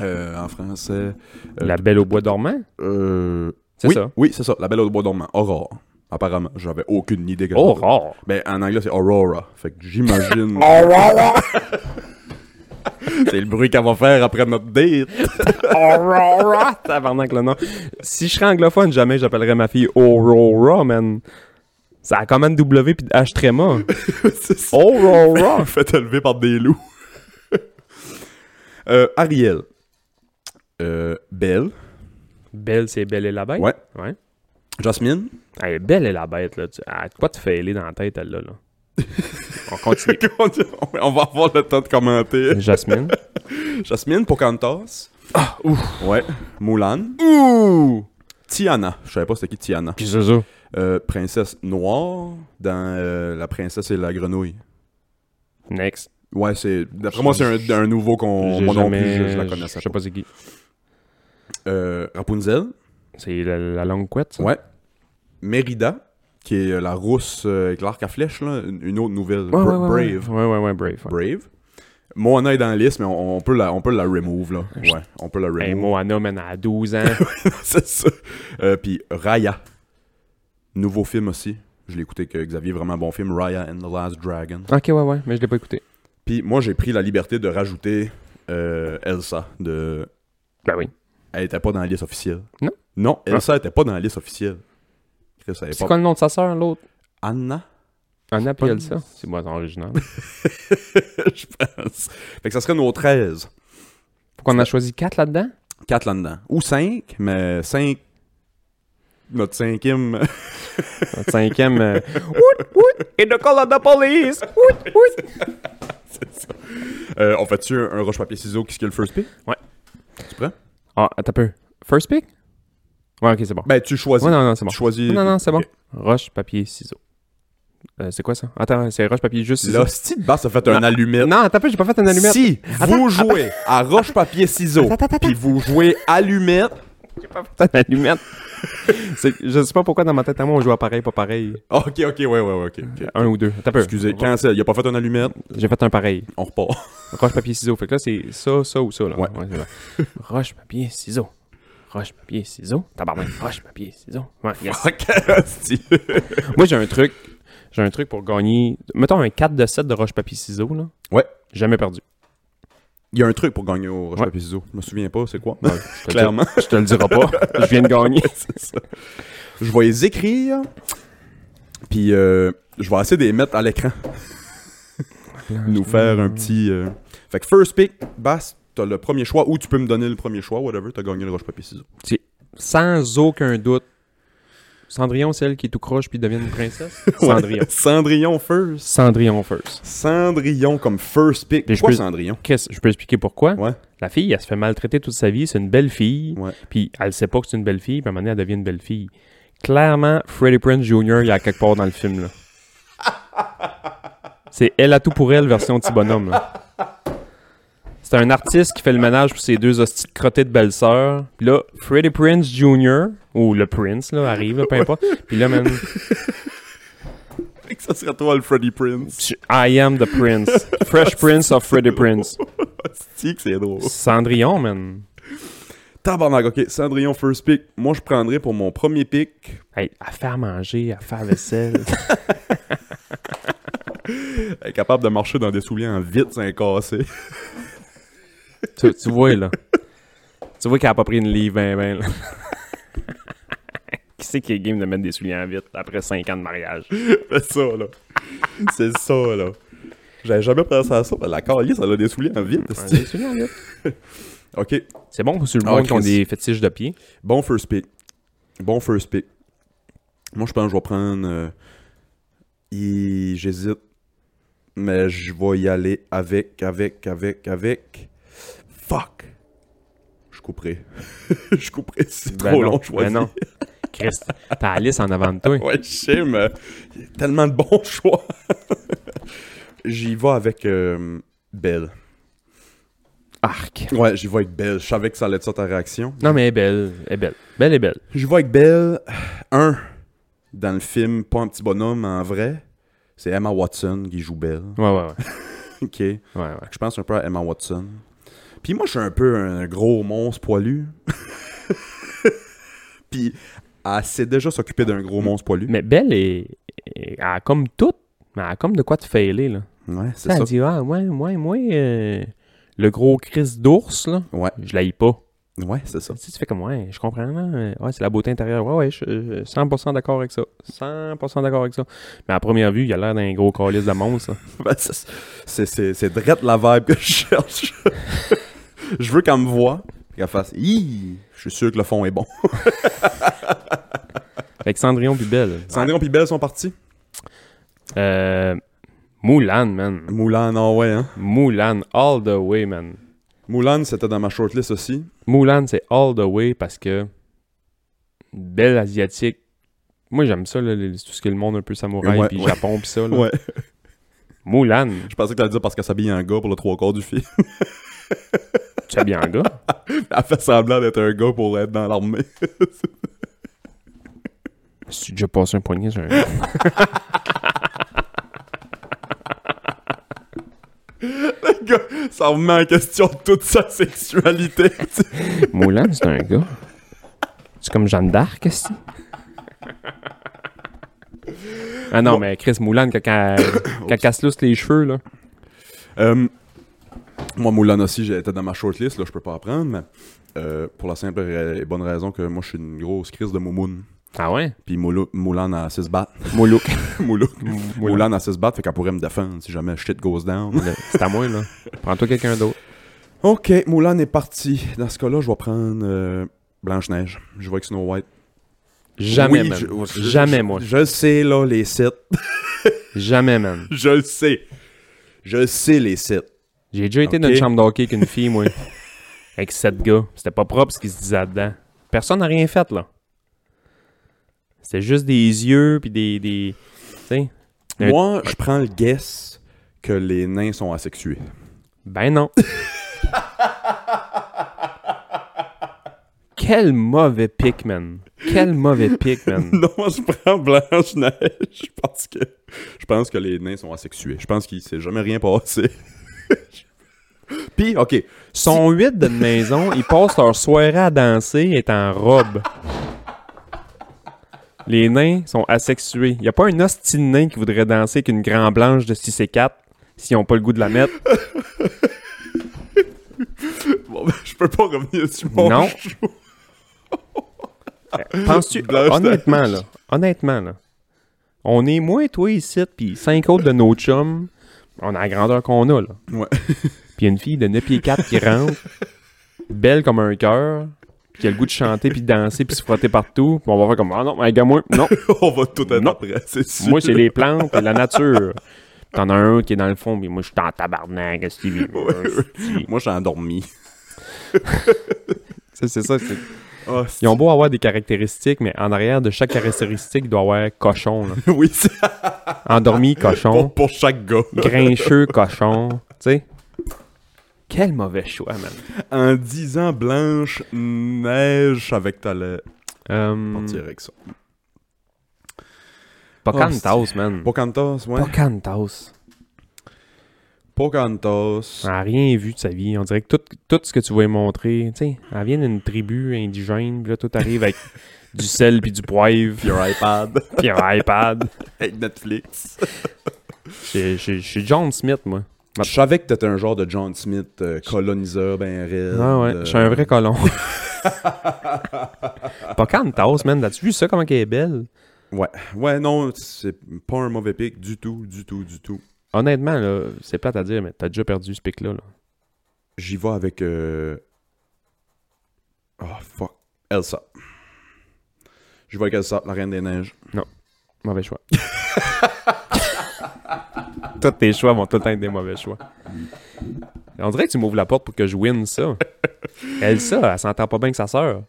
S2: Euh, en français. Euh,
S3: La belle au bois dormant?
S2: euh,
S3: C'est
S2: oui,
S3: ça.
S2: Oui, c'est ça. La belle au bois dormant. Aurore. Apparemment, j'avais aucune idée. que-
S3: Oh, rare.
S2: Ben, en anglais, c'est Aurora. Fait que j'imagine.
S3: Oh.
S2: c'est le bruit qu'elle va faire après notre date.
S3: Aurora! Tabarnak, le nom. Si je serais anglophone, jamais j'appellerais ma fille Aurora, man. Ça a quand même W puis H tréma.
S2: c'est ça.
S3: Aurora!
S2: fait élever par des loups. Euh, Ariel. Euh, Belle.
S3: Belle, c'est Belle et la bête?
S2: Ouais.
S3: Ouais.
S2: Jasmine.
S3: Elle est belle et la bête, là. Tu- Elle a de quoi te fêler dans la tête, elle, là. là. On continue.
S2: On va avoir le temps de commenter.
S3: Jasmine.
S2: Jasmine Pocantas.
S3: Ah, ouf.
S2: Ouais. Mulan.
S3: Ouh!
S2: Tiana. Je savais pas c'était qui Tiana.
S3: Puis c'est ça.
S2: Euh, princesse noire dans euh, La princesse et la grenouille.
S3: Next.
S2: Ouais, c'est. D'après moi, c'est un, un nouveau qu'on.
S3: J'ai
S2: Moi non plus,
S3: jamais-
S2: je, je la
S3: Je
S2: connaissais
S3: sais
S2: pas.
S3: pas c'est qui.
S2: Euh, Rapunzel.
S3: C'est la, la langue couette, ça?
S2: Ouais. Mérida, qui est euh, la rousse euh, avec l'arc à flèche, là. Une, une autre nouvelle.
S3: Ouais,
S2: Bra-
S3: ouais, ouais,
S2: Brave.
S3: Ouais, ouais, ouais, Brave. ouais.
S2: Brave. Moana est dans la liste, mais on, on peut, la, on peut la remove, là. Ouais, on peut la remove.
S3: Hey, Moana, man, à 12 ans.
S2: c'est ça. Euh, puis Raya. Nouveau film aussi. Je l'ai écouté avec euh, Xavier, vraiment bon film. Raya and the Last Dragon.
S3: ok, ouais, ouais, mais je l'ai pas écouté.
S2: Puis moi, j'ai pris la liberté de rajouter euh, Elsa. De...
S3: Ben oui.
S2: Elle était pas dans la liste officielle.
S3: Non? Ah.
S2: Non, Elsa était pas dans la liste officielle. Chris, elle est
S3: C'est
S2: pas-
S3: quoi le nom de sa sœur, l'autre?
S2: Anna,
S3: Anna
S2: pas
S3: appelle
S2: le
S3: ça. C'est moi, c'est original.
S2: je pense. Fait que ça serait nos 13.
S3: Pourquoi on a choisi 4 là-dedans?
S2: 4 là-dedans. Ou 5, mais 5... Notre cinquième...
S3: Notre cinquième. euh, Woot, woot, et de call of the police! Woot, woot.
S2: Euh, on fait-tu un, un roche-papier-ciseau qui ce le first pick?
S3: Ouais.
S2: Tu prends?
S3: Ah, attends un peu. First pick? Ouais, ok, c'est bon.
S2: Ben, tu choisis.
S3: Ouais, non, non, c'est bon.
S2: Tu choisis...
S3: Non, non, c'est bon.
S2: Ok.
S3: Roche, papier, ciseaux. Euh, c'est quoi ça? Attends, c'est roche, papier, juste ciseaux.
S2: Là, si de base, ça fait un allumette.
S3: Non, attends un peu, j'ai pas fait un allumette.
S2: Si vous
S3: Attends,
S2: jouez à roche-papier-ciseau,
S3: Attends, attends, attends.
S2: puis vous jouez allumette...
S3: Putain, l'allumette. C'est- je sais pas pourquoi dans ma tête à moi on joue à pareil, pas pareil.
S2: Ah, ok, ok, ouais, ouais, ouais, ok. ok.
S3: Un ou deux. Attends un peu.
S2: Excusez, cancel. Il a pas fait un allumette,
S3: J'ai fait un pareil.
S2: on repart.
S3: Roche, papier, ciseaux. Fait que là, c'est ça, ça ou ça. Là.
S2: Ouais.
S3: c'est vrai. Roche, papier, ciseaux. Roche, papier, ciseaux. Tabarnak. Roche, papier, ciseaux. Ouais, yes.
S2: Ok, hostie.
S3: Moi, j'ai un truc. J'ai un truc pour gagner. Mettons un 4 de 7 de roche, papier, ciseaux. Là.
S2: Ouais.
S3: Jamais perdu.
S2: Il y a un truc pour gagner au roche-papier-ciseau. Je me souviens pas, c'est quoi?
S3: Je te le
S2: Clairement.
S3: dis- Je te le dirai pas. Je viens de gagner.
S2: Je vais les écrire, puis euh, je vais essayer de les mettre à l'écran. Nous faire un petit... euh, Fait que first pick, basse, t'as le premier choix, ou tu peux me donner le premier choix, whatever, t'as gagné le roche-papier-ciseau.
S3: Sans aucun doute. Cendrillon, celle qui est tout croche puis devient une princesse. Cendrillon.
S2: Cendrillon first.
S3: Cendrillon first.
S2: Cendrillon comme first pick.
S3: Puis je
S2: Pourquoi
S3: peux-
S2: Cendrillon?
S3: Chris, je peux expliquer pourquoi.
S2: Ouais.
S3: La fille, elle se fait maltraiter toute sa vie. C'est une belle fille.
S2: Ouais.
S3: Puis elle sait pas que c'est une belle fille. Puis à un moment donné, elle devient une belle fille. Clairement, Freddie Prinze Jr., il y a quelque part dans le film. là. C'est Elle a tout pour elle, version petit bonhomme. là. C'est un artiste qui fait le ménage pour ses deux hosties de crottés de belle-sœur. Puis là, Freddie Prince Jr., ou le Prince, là, arrive, là, peu importe. Puis là, man,
S2: Fait que ça serait toi le Freddy Prince.
S3: I am the Prince. Fresh Prince of Freddie Prince.
S2: C'est que c'est drôle.
S3: Cendrillon, man.
S2: Tabarnak, ok. Cendrillon first pick. Moi, je prendrais pour mon premier pick
S3: Hey, à faire manger, à faire vaisselle.
S2: Elle est capable de marcher dans des souliers en vite sans casser.
S3: tu, tu vois, là. Tu vois qu'elle a pas pris une livre, ben, ben, là. qui c'est qui est game de mettre des souliers en vitre après 5 ans de mariage?
S2: C'est ça, là. C'est ça, là. J'avais jamais pensé à ça. mais la calice, elle a des souliers en vite.
S3: Des souliers en vitre.
S2: OK.
S3: C'est bon pour ceux le
S2: Ah,
S3: monde qui ont
S2: Chris.
S3: des fétiches de pied.
S2: Bon first pick. Bon first pick. Moi, je pense que je vais prendre... euh, et J'hésite. Mais je vais y aller avec, avec, avec, avec... Fuck! Je couperai. je couperai. C'est
S3: Ben
S2: trop
S3: non,
S2: long, je
S3: ben non. Christ, t'as Alice en avant de toi.
S2: Ouais, je sais, mais il y a tellement de bons choix. j'y vais avec euh, Belle.
S3: Arc.
S2: Ouais, j'y vais avec Belle. Je savais que ça allait être ça ta réaction.
S3: Non, mais elle est belle. Elle est belle. Belle et belle.
S2: J'y vais avec Belle. Un, dans le film, pas un petit bonhomme en vrai. C'est Emma Watson qui joue Belle.
S3: Ouais, ouais, ouais.
S2: Ok. Je
S3: ouais, ouais.
S2: pense un peu à Emma Watson. Puis moi, je suis un peu un gros monstre poilu. Puis elle sait déjà s'occuper d'un gros monstre poilu.
S3: Mais belle est. est- Elle a comme toute. Mais elle a comme de quoi te failer, là.
S2: Ouais, c'est
S3: Ça,
S2: ça.
S3: elle dit, ah, ouais, ouais, moi, euh, le gros Chris d'ours, là,
S2: Ouais,
S3: je l'haïs pas.
S2: ouais, c'est ça.
S3: Tu sais, tu fais comme, ouais, je comprends, là, euh, ouais, c'est la beauté intérieure. Ouais, ouais, je je- 100% d'accord avec ça. 100% d'accord avec ça. Mais à première vue, il a l'air d'un gros calice de monstre, ça.
S2: Ben, c'est- c'est- C'est c'est drette la vibe que je cherche. je veux qu'elle me voie et qu'elle fasse Hi! Je suis sûr que le fond est bon.
S3: Fait que Cendrillon puis Belle.
S2: Cendrillon et Belle sont partis.
S3: Euh, Moulin, man.
S2: Moulin, non, ouais, hein.
S3: Moulin, all the way, man.
S2: Moulin, c'était dans ma shortlist aussi.
S3: Moulin, c'est all the way parce que belle asiatique. Moi, j'aime ça, là, les- tout ce que le monde un peu samouraï,
S2: Ouais,
S3: puis
S2: ouais.
S3: Japon, puis ça. là.
S2: Ouais.
S3: Moulin,
S2: Je pensais que t'allais dire parce qu'elle s'habille en gars pour le trois quarts du film.
S3: tu es bien un gars.
S2: Elle fait semblant d'être un gars pour être dans l'armée.
S3: Si tu déjà passé un poignet sur un gars.
S2: Le gars, ça remet en question toute sa sexualité. tu sais.
S3: Moulin, c'est un gars. C'est comme Jeanne d'Arc, est Ah non, mais Chris Moulin, quand, quand, quand elle se lousse les cheveux, là.
S2: Euh, moi, Moulin aussi, j'étais dans ma shortlist, là, je peux pas apprendre, mais euh, pour la simple et bonne raison que moi, je suis une grosse crise de moumoune.
S3: Ah ouais?
S2: Puis Moulou- Moulin a 6 battes.
S3: Moulouk.
S2: Moulin. Moulin a 6 battes, fait qu'elle pourrait me défendre si jamais shit goes down.
S3: C'est à moi, là. Prends-toi quelqu'un d'autre.
S2: ok, Moulin est parti. Dans ce cas-là, je vais prendre euh, Blanche-Neige. Je vais avec Snow White.
S3: Jamais,
S2: Oui,
S3: man.
S2: je- je-
S3: Jamais,
S2: je-
S3: moi.
S2: Je le sais, là, les sites.
S3: Jamais, man.
S2: Je le sais. Je le sais, les sites.
S3: J'ai déjà été
S2: Ok.
S3: dans une chambre d'hockey avec une fille, moi. avec sept gars. C'était pas propre ce qu'ils se disaient dedans. Personne n'a rien fait, là. C'était juste des yeux, puis des... des... Tu sais? Le-
S2: Moi, je prends le guess que les nains sont asexués.
S3: Ben non. Quel mauvais pic, man. Quel mauvais pic, man.
S2: Non, moi, je prends Blanche-Neige parce que je pense que les nains sont asexués. Je pense qu'il s'est jamais rien passé. Puis, OK.
S3: Sont huit d'une maison, ils passent leur soirée à danser et est en robe. Les nains sont asexués. Il a pas un hostile nain qui voudrait danser qu'une grand blanche de 6 et 4 s'ils n'ont pas le goût de la mettre.
S2: Bon, ben, je peux pas revenir sur mon
S3: Non.
S2: show.
S3: Penses-tu,
S2: Blanche-Neige.
S3: honnêtement, là, honnêtement, là, on est moi et toi ici, puis cinq autres de nos chums, on a la grandeur qu'on a, là.
S2: Ouais.
S3: Puis une fille de 9 pieds 4 qui rentre, belle comme un cœur, puis qui a le goût de chanter, puis de danser, puis se frotter partout, puis on va faire comme « Ah non, mais gars, moi, non,
S2: On va tout être
S3: Non.
S2: après, c'est sûr.
S3: moi, c'est les plantes et la nature. » T'en as un qui est dans le fond, puis moi, je suis en tabarnak, qu'est-ce qu'il vit?
S2: Moi, j'ai endormi.
S3: C'est c'est ça, c'est...
S2: Ah,
S3: Ils ont beau avoir des caractéristiques, mais en arrière de chaque caractéristique, il doit y avoir cochon, là.
S2: Oui, c'est
S3: Endormi, cochon.
S2: pour, pour chaque gars.
S3: grincheux cochon, tu sais. Quel mauvais choix, man.
S2: En disant Blanche-Neige avec ta lait.
S3: Euh,
S2: Partir avec ça.
S3: Pocantas, man.
S2: Pocantas, ouais.
S3: Pocantas.
S2: Pocantas.
S3: Elle a rien vu de sa vie. On dirait que tout, tout ce que tu vas lui montrer, tu sais, elle vient d'une tribu indigène, puis là, tout arrive avec du sel puis du poivre,
S2: Puis un iPad.
S3: puis un iPad.
S2: avec Netflix.
S3: Je je- je suis John Smith, moi. Ma-
S2: Je savais que t'étais un genre de John Smith euh, coloniseur, ben raide.
S3: Ah ouais, je suis un vrai colon. Pocantas, man. As-tu vu ça, comment elle est belle?
S2: Ouais. euh, Ouais, non, c'est pas un mauvais pic du tout, du tout, du tout.
S3: Honnêtement, là, c'est plate à dire, mais t'as déjà perdu ce pic-là, là.
S2: J'y vais avec. euh, Oh fuck. Elsa. J'y vais avec Elsa, la reine des neiges.
S3: Mauvais choix. tous tes choix vont tout le temps être des mauvais choix. On dirait que tu m'ouvres la porte pour que je win ça. Elle, ça, elle s'entend pas bien que sa sœur.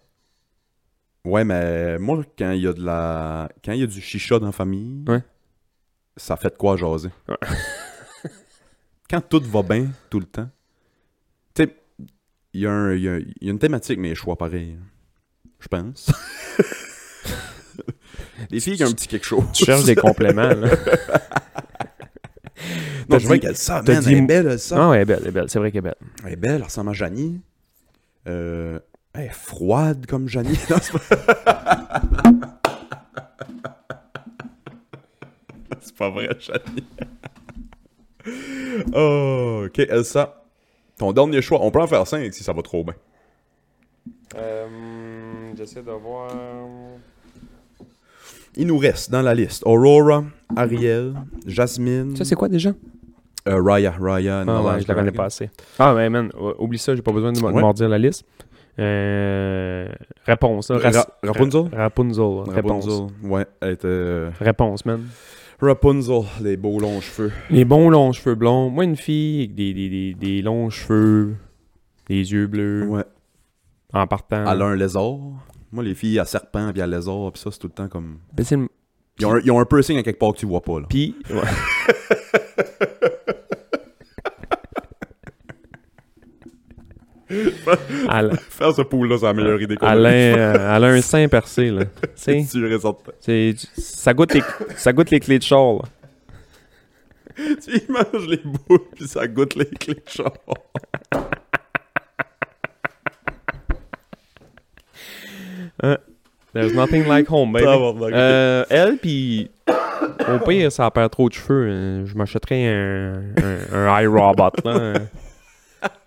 S2: Ouais, mais moi, quand il y a de la. Quand il y a du chicha dans la famille,
S3: Ouais.
S2: ça fait de quoi jaser.
S3: Ouais.
S2: quand tout va bien, tout le temps. Tu sais, il y, a un- il y a- il y a une thématique, mais choix pareil. hein, Je pense. Les filles qui ont un petit quelque chose.
S3: Tu cherches des compléments, là.
S2: Non,
S3: T'as
S2: je vois
S3: dit-
S2: qu'elle ça, man.
S3: t'as dit- Ah,
S2: Elle est belle, elle ça.
S3: Non, elle est belle, elle est belle. C'est vrai qu'elle est belle.
S2: Elle est belle, elle ressemble à Janie. Euh, elle est froide comme Janie. Non, c'est pas... c'est pas vrai, Janie. oh, ok, Elsa. Ton dernier choix, on peut en faire 5 si ça va trop bien.
S3: Euh, J'essaie de voir.
S2: Il nous reste dans la liste Aurora, Ariel, Jasmine,
S3: Ça, c'est quoi déjà?
S2: euh, Raya. Raya,
S3: Ah, ouais, je la connais pas assez. Ah, ben, man, ou- oublie ça, j'ai pas besoin de m-
S2: Ouais.
S3: mordir la liste. Euh, réponse, là.
S2: Ra-
S3: Rac-
S2: Rapunzel?
S3: Ra- Rapunzel, là. Réponse.
S2: Rapunzel. Ouais, elle était. euh,
S3: Réponse, man.
S2: Rapunzel, les beaux longs cheveux.
S3: Les bons longs cheveux blonds. Moi, une fille avec des, des, des, des longs cheveux Les yeux bleus,
S2: Ouais.
S3: en partant.
S2: Elle a un lézard. Moi, les filles, à serpent, puis à lézard, puis ça, c'est tout le temps comme.
S3: Ben, c'est le-
S2: Ils ont, un, ils ont un piercing à quelque part que tu vois pas, là.
S3: Puis. ouais. Elle-
S2: Faire ce pool-là, c'est la meilleure idée
S3: Elle a, euh, elle a un sein percé, là. Tu sais,
S2: Tu résortes.
S3: c'est- ça, goûte les, ça goûte les clés de char, là.
S2: Tu y manges les boules, puis ça goûte les clés de char.
S3: There's nothing like home, baby.
S2: Tabarnak.
S3: Ben Euh, elle, puis au pire, ça perd trop de cheveux. euh, Je m'achèterais un, un, un iRobot, là.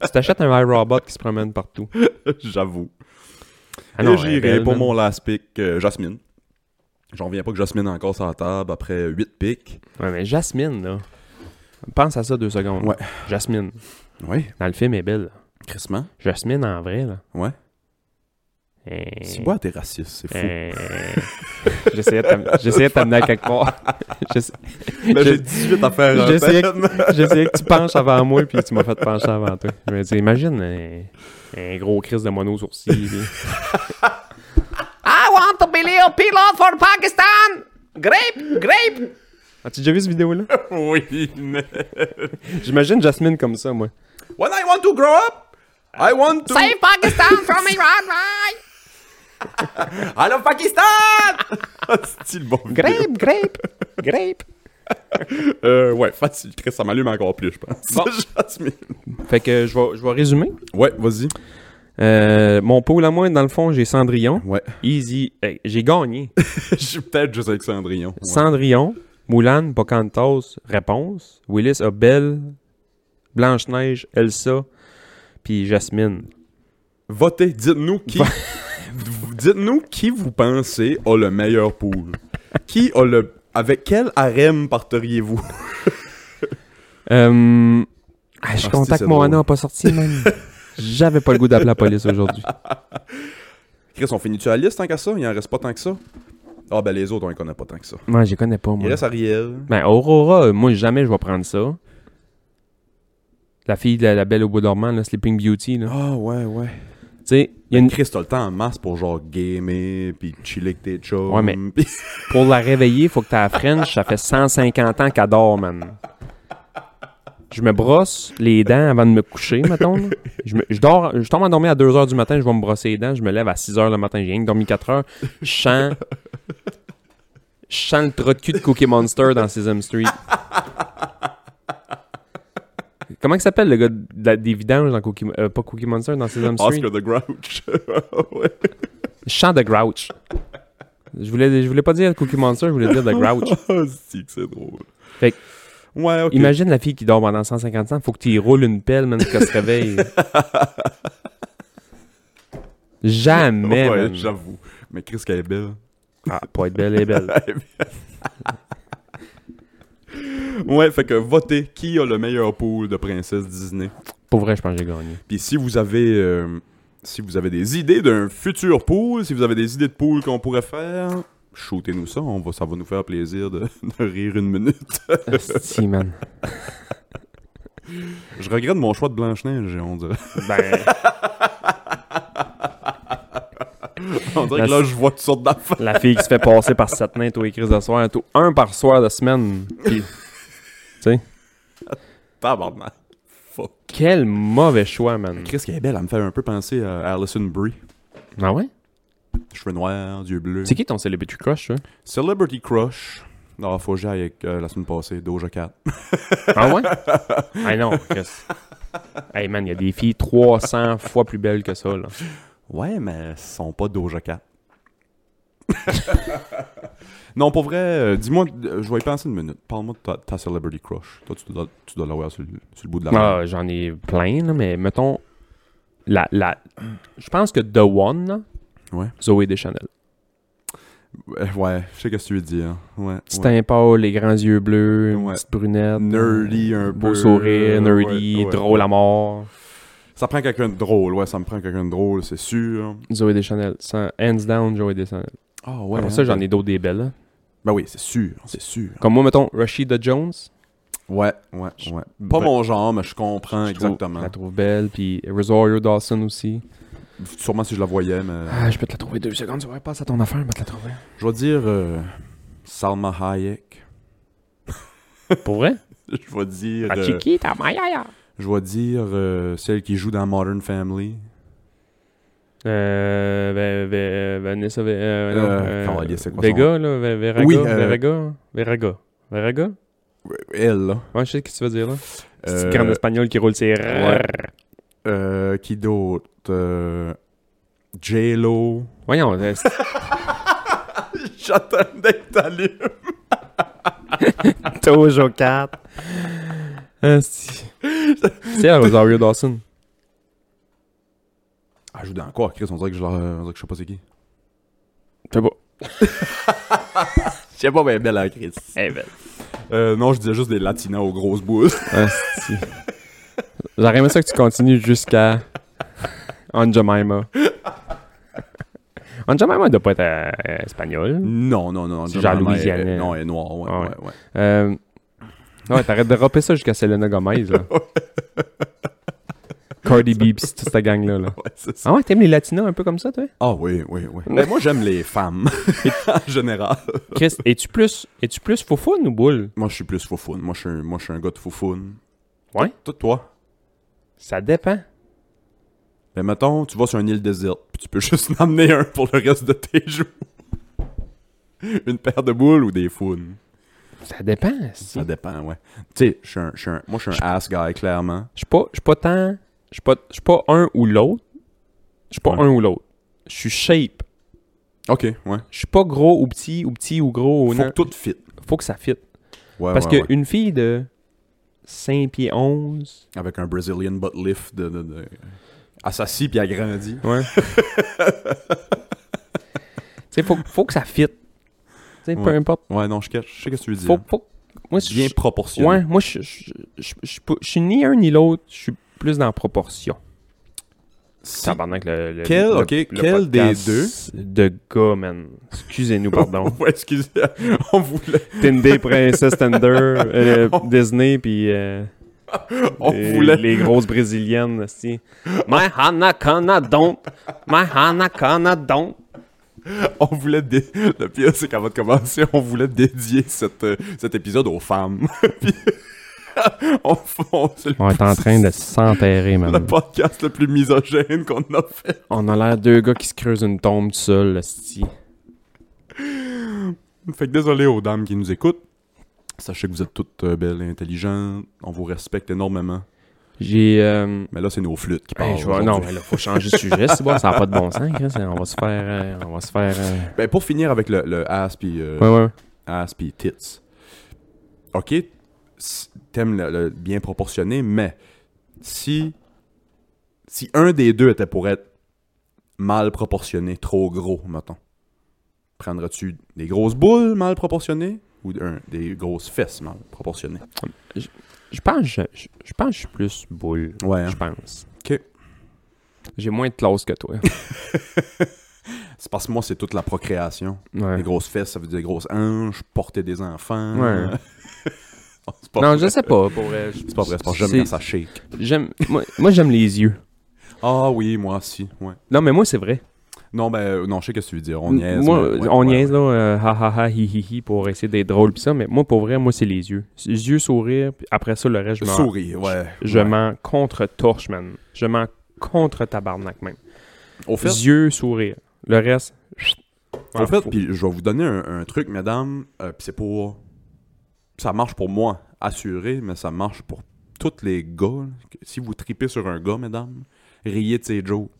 S3: Si t'achètes un iRobot qui se promène partout.
S2: J'avoue.
S3: Ah
S2: Et
S3: non, elle est
S2: j'irai
S3: belle,
S2: pour
S3: man.
S2: mon last pick, euh, Jasmine. J'en reviens pas que Jasmine est encore sur la table après 8 picks.
S3: Ouais, mais Jasmine, là. Pense à ça deux secondes.
S2: Ouais.
S3: Jasmine,
S2: Oui,
S3: dans le film, elle est belle. là.
S2: crissement.
S3: Jasmine, en vrai, là.
S2: Ouais.
S3: Euh,
S2: Si bois, t'es raciste, c'est fou.
S3: Euh, J'essayais de t'am- j'essayais de t'amener à quelque part. J'essa-
S2: Là, j'ai
S3: j'ai-
S2: 18 à faire. euh,
S3: j'essayais
S2: peine.
S3: J'essayais que tu penches avant moi, puis tu m'as fait pencher avant toi. Je me dis, imagine un, un gros crise de mono sourcil.
S4: I want to be a pilot for Pakistan! Grape, grape!
S3: As-tu déjà vu cette vidéo-là?
S2: Oui, mais.
S3: J'imagine Jasmine comme ça, moi.
S2: When I want to grow up, I want to.
S4: Save Pakistan from Iran, right?
S2: I love Pakistan! C'est le bon vidéo.
S4: Grape, grape, grape.
S2: Euh, ouais, facile. Chris, ça m'allume encore plus, je pense.
S3: Bon.
S2: Jasmine.
S3: Fait que je vais, je vais résumer.
S2: Ouais, vas-y.
S3: Euh, mon pôle à moi, dans le fond, j'ai Cendrillon.
S2: Ouais.
S3: Easy. Hey, j'ai gagné.
S2: Je suis peut-être juste avec Cendrillon. Ouais.
S3: Cendrillon, Moulin, Pocahontas, réponse. Willis a Belle, Blanche-Neige, Elsa, puis Jasmine.
S2: Votez. Dites-nous qui. vous- Dites-nous qui vous pensez a le meilleur pool. qui a le. Avec quel harem parteriez-vous?
S3: Euh, ah, je suis
S2: Ah,
S3: content
S2: c'est
S3: que mon
S2: drôle.
S3: anneau n'a pas sorti, man. J'avais pas le goût d'appeler la police aujourd'hui.
S2: Chris, on finit-tu la liste tant qu'à ça? Il en reste pas tant que ça? Ah, ben les autres, on les connaît pas tant que ça.
S3: Moi, j'y connais pas,
S2: Il
S3: moi.
S2: reste Ariel.
S3: Ben, Aurora, euh, moi, jamais je vais prendre ça. La fille de la, la belle au bout dormant, là, Sleeping Beauty, là.
S2: Ah, Ben, ouais, ouais.
S3: Tu sais, il y a une...
S2: Chris, t'as le temps en masse pour genre gamer, puis chiller avec tes chums.
S3: Ouais, mais-
S2: puis-
S3: Pour la réveiller, faut que t'as la French. Ça fait 150 ans qu'elle dort, man. Je me brosse les dents avant de me coucher, mettons. là. Je, me- je dors, je tombe endormi à 2 h du matin, je vais me brosser les dents. Je me lève à 6 h le matin. J'ai rien que dormi 4 heures. Je chante. Je chante le trot de cul de Cookie Monster dans Sesame Street. Comment il s'appelle le gars de la- des vidanges dans Cookie... euh, pas Cookie Monster, dans Sesame Street?
S2: Oscar the Grouch. ouais.
S3: Chant de Grouch. Je voulais, je voulais pas dire Cookie Monster, je voulais dire de Grouch.
S2: Ah, c'est que c'est drôle.
S3: Fait que-
S2: Ouais, ok.
S3: Imagine la fille qui dort pendant 150 ans, faut que tu y roules une pelle, même qu'elle se réveille. Jamais,
S2: Ouais,
S3: man.
S2: j'avoue. Mais Chris, qu'elle est belle.
S3: Ah, pour être belle et belle.
S2: Ouais, fait que votez qui a le meilleur pool de princesse Disney.
S3: Pour vrai, je pense que j'ai gagné.
S2: Puis si vous avez euh, si vous avez des idées d'un futur pool, si vous avez des idées de pool qu'on pourrait faire, shootez-nous ça, on va, ça va nous faire plaisir de, de rire une minute.
S3: Asti, man.
S2: Je regrette mon choix de Blanche-Neige, on dirait.
S3: Ben,
S2: On dirait que là, je vois toutes sortes d'affaires.
S3: la fille qui se fait passer par cette nains tous les crises de soir, tout un par soir de semaine. Puis,
S2: Tabarnak. Fuck.
S3: quel mauvais choix, man.
S2: Chris, qu'elle est belle, elle me fait un peu penser à Alison Brie.
S3: Ah ouais?
S2: Cheveux noirs, yeux bleus.
S3: C'est qui ton celebrity crush, toi?
S2: Celebrity Crush. Non, faut que j'aille avec euh, la semaine passée, Doja Cat.
S3: Ah ouais? Ah non, Chris. Hey, man, il y a des filles 300 fois plus belles que ça, là.
S2: Ouais, mais elles sont pas Doja Cat. non, pour vrai, euh, dis-moi, euh, je vais y penser une minute. Parle-moi de ta, ta Celebrity Crush. Toi, tu dois, tu dois l'avoir sur, le- sur le bout de la main.
S3: Ah, j'en ai plein, là, mais mettons. La, la, je pense que The One, là,
S2: Ouais.
S3: Zoé Deschanel.
S2: Euh, Ouais, je sais ce que tu veux dire. Ouais.
S3: Petit
S2: ouais.
S3: teint pâle, les grands yeux bleus, une
S2: Ouais.
S3: petite brunette.
S2: Nerdy un
S3: Beau
S2: peu. Ouais,
S3: sourire, nerdy,
S2: ouais.
S3: drôle à mort.
S2: Ça prend quelqu'un de drôle, ouais, ça me prend quelqu'un de drôle, c'est sûr.
S3: Zoé Deschanel. Sans, hands down, Zoé Deschanel.
S2: Ah ouais.
S3: Après ça,
S2: hein,
S3: j'en
S2: ben-
S3: ai d'autres des belles. là.
S2: Ben oui, c'est sûr, c'est sûr.
S3: Comme moi, mettons, Rashida Jones.
S2: Ouais, ouais, ouais. Pas
S3: Ouais.
S2: mon genre, mais je comprends
S3: ben Je trouve-
S2: exactement.
S3: Je la trouve belle. Puis Rosario Dawson aussi.
S2: Sûrement si je la voyais, mais.
S3: Ah, je peux te la trouver deux secondes. Tu vas passer à ton affaire, je vais te la trouver.
S2: Je vais dire euh, Salma Hayek.
S3: Pour vrai?
S2: Je vais dire.
S3: Ah,
S4: La
S2: euh,
S4: chiquita, Mayaya.
S2: je vais dire euh, celle qui joue dans Modern Family.
S3: Euh, Ve- Ve- Vanessa Ve- euh, non,
S2: Euh,
S3: euh,
S2: Caroline, c'est quoi son
S3: Vega, là, Ve- Veraga,
S2: Oui, euh,
S3: Veraga, Veraga, Veraga.
S2: Elle, là.
S3: Ouais, je sais ce que tu veux dire là. C'est
S2: Euh,
S3: une grande espagnole qui roule ses
S2: ouais.
S3: rrrr.
S2: Euh, qui d'autre euh, J-Lo.
S3: Voyons, euh, c'est-
S2: J'attendais que t'allumes.
S3: Tojo 4. Asti. C'est elle, Rosario Dawson.
S2: Ah, joue dans quoi, Chris On dirait que je, la- on dirait que je sais pas c'est qui.
S3: Je sais pas.
S2: Je sais pas, mais belle, hein, Chris.
S4: Eh ben.
S2: Euh, non, je disais juste des latinos aux grosses boules.
S3: Asti. J'aurais aimé ça que tu continues jusqu'à On Jemima. On Jemima doit pas être euh, euh, espagnole.
S2: non, non, non.
S3: C'est
S2: Jemima,
S3: genre
S2: elle-
S3: Louisianais.
S2: Non, elle est noire, ouais,
S3: Ah ouais.
S2: ouais, ouais.
S3: Euh... Ouais, t'arrêtes de rapper ça jusqu'à Selena Gomez, là. Cardi B, pis toute cette gang-là, là.
S2: Ouais, c'est ça.
S3: Ah ouais, t'aimes les latinos un peu comme ça, toi?
S2: Ah oui, oui, oui. Mais moi, j'aime les femmes, en général.
S3: Chris, es-tu plus, es-tu plus foufoune ou boule?
S2: Moi, je suis plus foufoune. Moi, je suis, un- moi, je suis un gars de foufoune.
S3: Ouais?
S2: Toi, toi.
S3: Ça dépend.
S2: Mais mettons, tu vas sur une île déserte, puis tu peux juste en amener un pour le reste de tes jours. Une paire de boules ou des founes?
S3: Ça dépend, si.
S2: Ça dépend, ouais. Tu sais, je suis un, je suis un- moi, je suis un ass guy, clairement.
S3: Je suis pas, je suis pas tant, je suis pas, je suis pas un ou l'autre. Je suis pas
S2: Ouais.
S3: un ou l'autre. Je suis shape.
S2: Ok, ouais.
S3: Je suis pas gros ou petit ou petit ou gros ou
S2: Faut
S3: non.
S2: que tout fit.
S3: Faut que ça fit.
S2: Ouais,
S3: Parce
S2: ouais,
S3: que
S2: ouais.
S3: une fille de 5 pieds 11,
S2: Avec un Brazilian butt lift de... de, de... Assassi puis agrandi.
S3: Ouais. tu sais, faut, faut que ça fit. Tu sais, peu
S2: Ouais.
S3: importe.
S2: Ouais, non, je catch. Je sais ce que tu veux dire.
S3: Faut, faut... Moi, je,
S2: Bien proportionné.
S3: ouais, moi, je, je, je, je, peux- je suis ni un ni l'autre. Je suis plus dans la proportion.
S2: Si-
S3: Tabarnak, le, le,
S2: Quel-
S3: le-
S2: ok,
S3: le
S2: quel des
S3: podcast De gars, man. Excusez-nous, pardon.
S2: Ouais, excusez. On voulait,
S3: Tinder, Princess Tender, euh, Disney, puis euh,
S2: on
S3: les,
S2: voulait
S3: les grosses brésiliennes. Si. My Hanakana don't. My Hanakana don't.
S2: On voulait dé- Le pire, c'est qu'avant de commencer, on voulait dédier cette, euh, cet épisode aux femmes. Puis, on, on- c'est le,
S3: On est en train de s'enterrer, man.
S2: le podcast le plus misogyne qu'on a fait.
S3: On a l'air deux gars qui se creusent une tombe tout seul, sti.
S2: Fait que désolé aux dames qui nous écoutent. Sachez que vous êtes toutes euh, belles et intelligentes. On vous respecte énormément.
S3: J'ai. euh,
S2: Mais là, c'est nos flûtes qui parlent.
S3: hey, je vois- non,
S2: aujourd'hui.
S3: mais là, faut changer de sujet, c'est bon, ça n'a pas de bon sens, Chris. On va se faire. euh, on va se faire. euh,
S2: Ben, pour finir avec le, le ass puis euh,
S3: Ouais, ouais.
S2: ass puis tits. OK, s- t'aimes le, le bien proportionné, mais si si un des deux était pour être mal proportionné, trop gros, mettons, prendrais-tu des grosses boules mal proportionnées ou un- des grosses fesses mal proportionnées?
S3: Je pense, je, je- je pense que je suis plus boule.
S2: Ouais, hein.
S3: Je pense.
S2: OK.
S3: J'ai moins de classe que toi.
S2: C'est parce que moi, c'est toute la procréation. Les
S3: Ouais.
S2: grosses fesses, ça veut dire grosses hanches, porter des enfants.
S3: Ouais. hein.
S2: Non, c'est pas
S3: Non,
S2: vrai.
S3: je sais pas. Pour vrai,
S2: C'est pas vrai, c'est parce que j'aime quand ça shake.
S3: J'aime, moi, moi, j'aime les yeux.
S2: Ah oui, moi aussi, ouais.
S3: Non, mais moi, c'est vrai.
S2: Non, ben, euh, non, je sais qu'est-ce que tu veux dire. On niaise.
S3: moi,
S2: mais- ouais,
S3: on
S2: ouais,
S3: niaise,
S2: ouais.
S3: là, euh, ha ha ha, hi hi hi, pour essayer d'être drôle pis ça, mais moi, pour vrai, moi, c'est les yeux. Les yeux, sourire, puis après ça, le reste, je m'en...
S2: Sourire, ouais.
S3: Je
S2: ouais.
S3: m'en contre-torche, man. Je m'en contre-tabarnak, même.
S2: Au fait,
S3: Yeux, sourire. Le reste... chut.
S2: au
S3: Ouais,
S2: fait
S3: faut-
S2: puis je vais vous donner un, un truc, mesdames, euh, puis c'est pour... Ça marche pour moi, assuré, mais ça marche pour tous les gars. là. Si vous tripez sur un gars, mesdames, riez de ses jokes.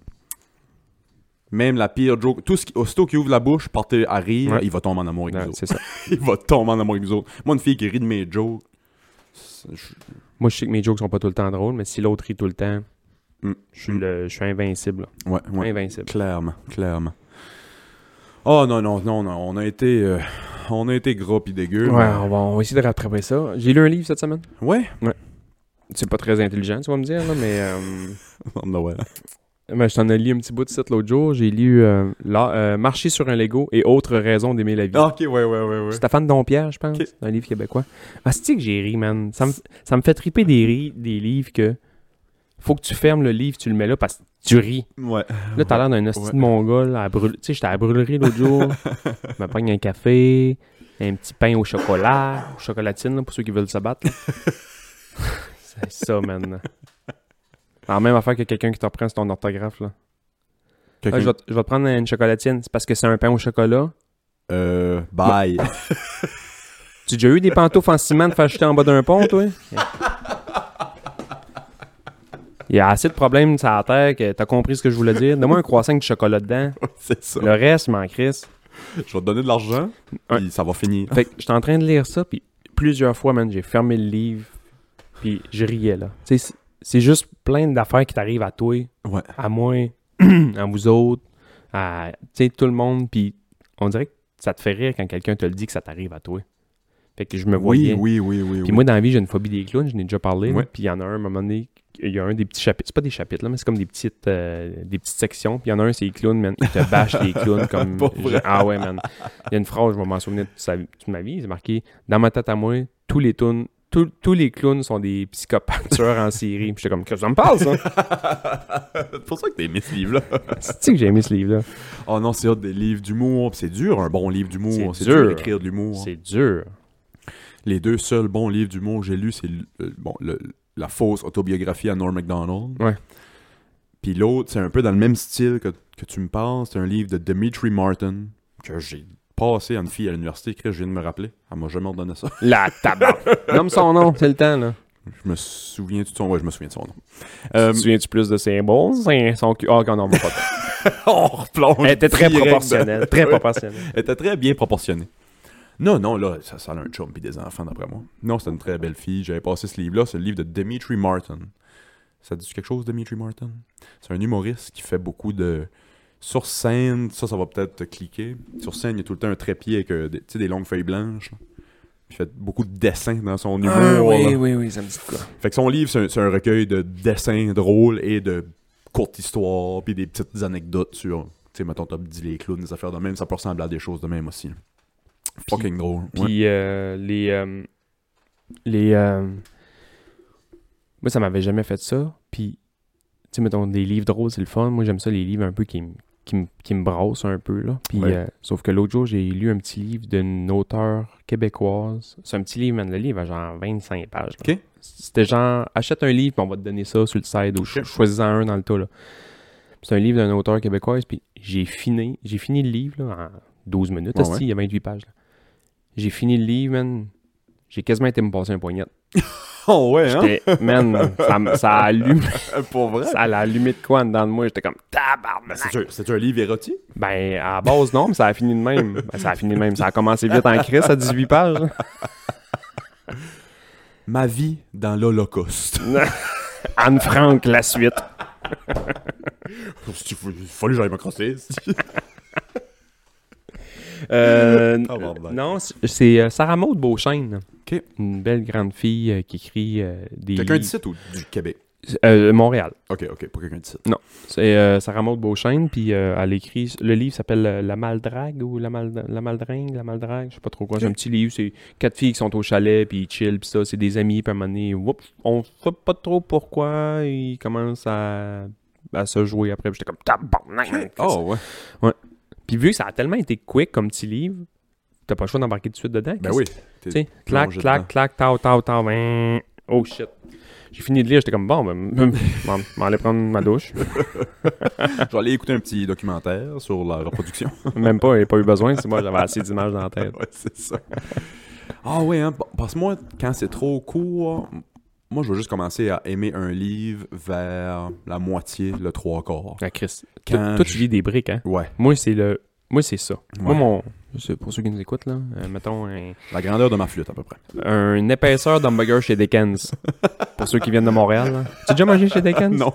S2: Même la pire joke. Tout ce qui, aussitôt qu'il ouvre la bouche, partez à rire,
S3: Ouais.
S2: il va tomber en amour avec
S3: Ouais,
S2: vous autres.
S3: c'est ça.
S2: Il va tomber en amour avec vous autres. Moi, une fille qui rit de mes jokes, c'est- je-
S3: Moi, je sais que mes jokes sont pas tout le temps drôles, mais si l'autre rit tout le temps,
S2: Mm.
S3: je suis le- je suis invincible. là.
S2: ouais, ouais.
S3: Invincible.
S2: Clairement, clairement. Oh non, non, non, non, on a été, euh, on a été gras pis dégueu.
S3: Ouais,
S2: mais-
S3: on va, on va essayer de rattraper ça. J'ai lu un livre cette semaine.
S2: Ouais?
S3: C'est pas très intelligent, tu vas me dire, là, mais... euh,
S2: Non, non, ouais.
S3: Ben, je t'en ai lu un petit bout de site l'autre jour. J'ai lu euh, La- euh, Marcher sur un Lego et autres raisons d'aimer la vie.
S2: Ah, ok, ouais, ouais, ouais, ouais.
S3: Stéphane Dompierre, je pense,
S2: Ok.
S3: un livre québécois. Ah, c'est que j'ai ri, man. Ça me, ça me fait triper des, ri- des livres que. Faut que tu fermes le livre, tu le mets là parce que tu ris.
S2: Ouais.
S3: Là, t'as l'air d'un hostie
S2: Ah Ouais.
S3: de mongol. à brûle- Tu sais, j'étais à la brûlerie l'autre jour. je me prends un café, un petit pain au chocolat, au chocolatine, là, pour ceux qui veulent se battre. là. c'est ça, man. Alors, même affaire que quelqu'un qui te reprend sur ton orthographe. Là. Ah, je, vais te, je vais te prendre une chocolatine. C'est parce que c'est un pain au chocolat.
S2: Euh, bye.
S3: Tu as déjà eu des pantoufles en ciment de faire jeter en bas d'un pont, toi? Il y a assez de problèmes sur la terre que t'as compris ce que je voulais dire. Donne-moi un croissant avec du chocolat dedans.
S2: c'est ça.
S3: Le reste, m'en crisse.
S2: Je vais te donner de l'argent,
S3: Ouais.
S2: puis ça va finir.
S3: Fait que j'étais en train de lire ça, puis plusieurs fois, man, j'ai fermé le livre, puis je riais, là. Tu sais, c'est- c'est juste plein d'affaires qui t'arrivent à toi,
S2: Ah, Ouais.
S3: à moi, à vous autres, à, tu sais, tout le monde, puis on dirait que ça te fait rire quand quelqu'un te le dit que ça t'arrive à toi. Fait que je me
S2: Oui,
S3: voyais...
S2: oui, oui, oui.
S3: Puis
S2: oui.
S3: moi, dans la vie, j'ai une phobie des clowns, je n'ai déjà parlé. là.
S2: Ouais.
S3: Puis il y en a un, à un moment donné, il y a un des petits chapitres. C'est pas des chapitres, là, mais c'est comme des petites, euh, des petites sections. Puis il y en a un, c'est les clowns, man. Ils te bâchent les clowns comme.
S2: Pas vrai.
S3: Ah ouais, man. Il y a une phrase, je vais m'en souvenir toute, sa- toute ma vie. C'est marqué Dans ma tête à moi, tous les clowns. tous- tous les clowns sont des psychopathes tueurs en série. Puis j'étais comme, que ça me parle, ça?
S2: C'est pour ça que t'as aimé ce livre-là.
S3: cest que j'ai aimé ce livre-là?
S2: oh non, c'est hot, des livres d'humour. puis C'est dur, un bon livre d'humour.
S3: C'est
S2: C'est dur
S3: dur.
S2: d'écrire de l'humour.
S3: C'est dur.
S2: Les deux seuls bons livres d'humour que j'ai lus, c'est le- euh, bon, le- la fausse autobiographie à Norm MacDonald.
S3: Ouais.
S2: Puis l'autre, c'est un peu dans le même style que, que tu me parles. C'est un livre de Dimitri Martin que j'ai passé à une fille à l'université. Chris, je viens de me rappeler. Elle m'a jamais ordonné ça.
S3: La tabac. Nomme son nom, c'est le temps, là.
S2: Je me souviens de son... Ouais, je me souviens de son nom.
S3: tu te souviens-tu plus de ses bons? Son cul. Ah, ok, non, on va pas.
S2: On replonge
S3: Elle était très
S2: direct
S3: proportionnelle. Très proportionnelle.
S2: Elle était très bien proportionnée. Non, non, là, ça, ça a un chum puis des enfants, d'après moi. Non, c'était une très belle fille. J'avais passé ce livre-là, c'est le livre de Dimitri Martin. Ça te dit quelque chose, Dimitri Martin? C'est un humoriste qui fait beaucoup de... Sur scène, ça, ça va peut-être te cliquer. Sur scène, il y a tout le temps un trépied avec euh, des, tu sais, des longues feuilles blanches. là. Il fait beaucoup de dessins dans son humour. là.
S3: Ah oui, oui, ça me dit quoi.
S2: Fait que son livre, c'est un, c'est un recueil de dessins drôles et de courtes histoires, puis des petites anecdotes sur, tu sais, mettons, t'as dit les clowns, des affaires de même, ça peut ressembler à des choses de même aussi. Fucking drôle.
S3: Puis
S2: ouais.
S3: euh, les. euh, les. euh, moi, ça m'avait jamais fait ça. Puis, tu sais, mettons, des livres drôles, c'est le fun. Moi, j'aime ça, les livres un peu qui, me- qui, me- qui me brassent un peu. Là. Puis,
S2: Ouais.
S3: euh, sauf que l'autre jour, j'ai lu un petit livre d'une auteure québécoise. C'est un petit livre, man. Le livre a genre 25 pages. là.
S2: Ok.
S3: C'était genre, achète un livre, puis on va te donner ça sur le site, ou cho- choisis-en un dans le tas. là. C'est un livre d'un auteur québécoise, puis j'ai fini, j'ai fini le livre là, en 12 minutes.
S2: Ouais,
S3: hostie, Il y a 28 pages. là. J'ai fini le livre, man. J'ai quasiment été me passer un poignet.
S2: Oh ouais, hein? Euh,
S3: J'étais- Man, ça, m- ça a allumé,
S2: Pour vrai?
S3: ça a allumé de quoi en dedans de moi. J'étais comme tabarnak.
S2: C'est-tu- C'est-tu Ben, un livre érotique?
S3: Ben, à la base, non, mais ça a fini de même. Ben, ça a fini de même. Ça a commencé vite en crise à 18 pages. là.
S2: Ma vie dans l'Holocauste.
S3: Anne Frank, la suite.
S2: Il fallait que j'aille me crosser.
S3: Euh,
S2: Ah, bordel.
S3: non, c'est- c'est euh, Sarah Maud Beauchesne.
S2: Ok.
S3: Une belle grande fille euh, qui écrit euh, des.
S2: Quelqu'un
S3: livres-
S2: d'ici ou du Québec?
S3: Euh, Montréal.
S2: Ok, ok, pas quelqu'un d'ici.
S3: C'est euh, Sarah Maud Beauchesne, puis euh, elle écrit. Le livre s'appelle euh, La Maldrague ou La, Mal- la Maldringue, La Maldrague, je sais pas trop quoi. C'est un petit livre, c'est quatre filles qui sont au chalet, puis ils chillent, puis ça, c'est des amis, puis à un moment donné, oups, on sait pas trop pourquoi, ils commencent à, à se jouer après, puis j'étais comme tabarnak.
S2: Oh ouais.
S3: Puis vu que ça a tellement été quick comme petit livre, t'as pas le choix d'embarquer tout de suite dedans.
S2: Ben
S3: Qu'est-ce
S2: oui.
S3: tu sais, clac, clac, clac, tau, tau, tau, ben, oh shit. J'ai fini de lire, j'étais comme bon, ben, ben, m'en m'en aller prendre ma douche.
S2: Je vais aller écouter un petit documentaire sur la reproduction.
S3: Même pas, j'ai pas eu besoin, c'est moi, j'avais assez d'images dans la tête.
S2: ouais, c'est ça. ah ouais, hein, pa- parce que moi, quand c'est trop court, m- moi, je vais juste commencer à aimer un livre vers la moitié, le trois quarts.
S3: Ah, Chris, toi,
S2: Quand
S3: toi, tu
S2: je-
S3: vis des briques, hein?
S2: Ouais,
S3: Moi, c'est le. Moi, c'est ça. Moi,
S2: Ouais.
S3: mon. c'est Pour ceux qui nous écoutent, là, euh, mettons un,
S2: la grandeur de ma flûte, à peu près.
S3: un épaisseur d'hamburger chez Dickens. pour ceux qui viennent de Montréal, là. Tu as déjà mangé chez Dickens?
S2: Non.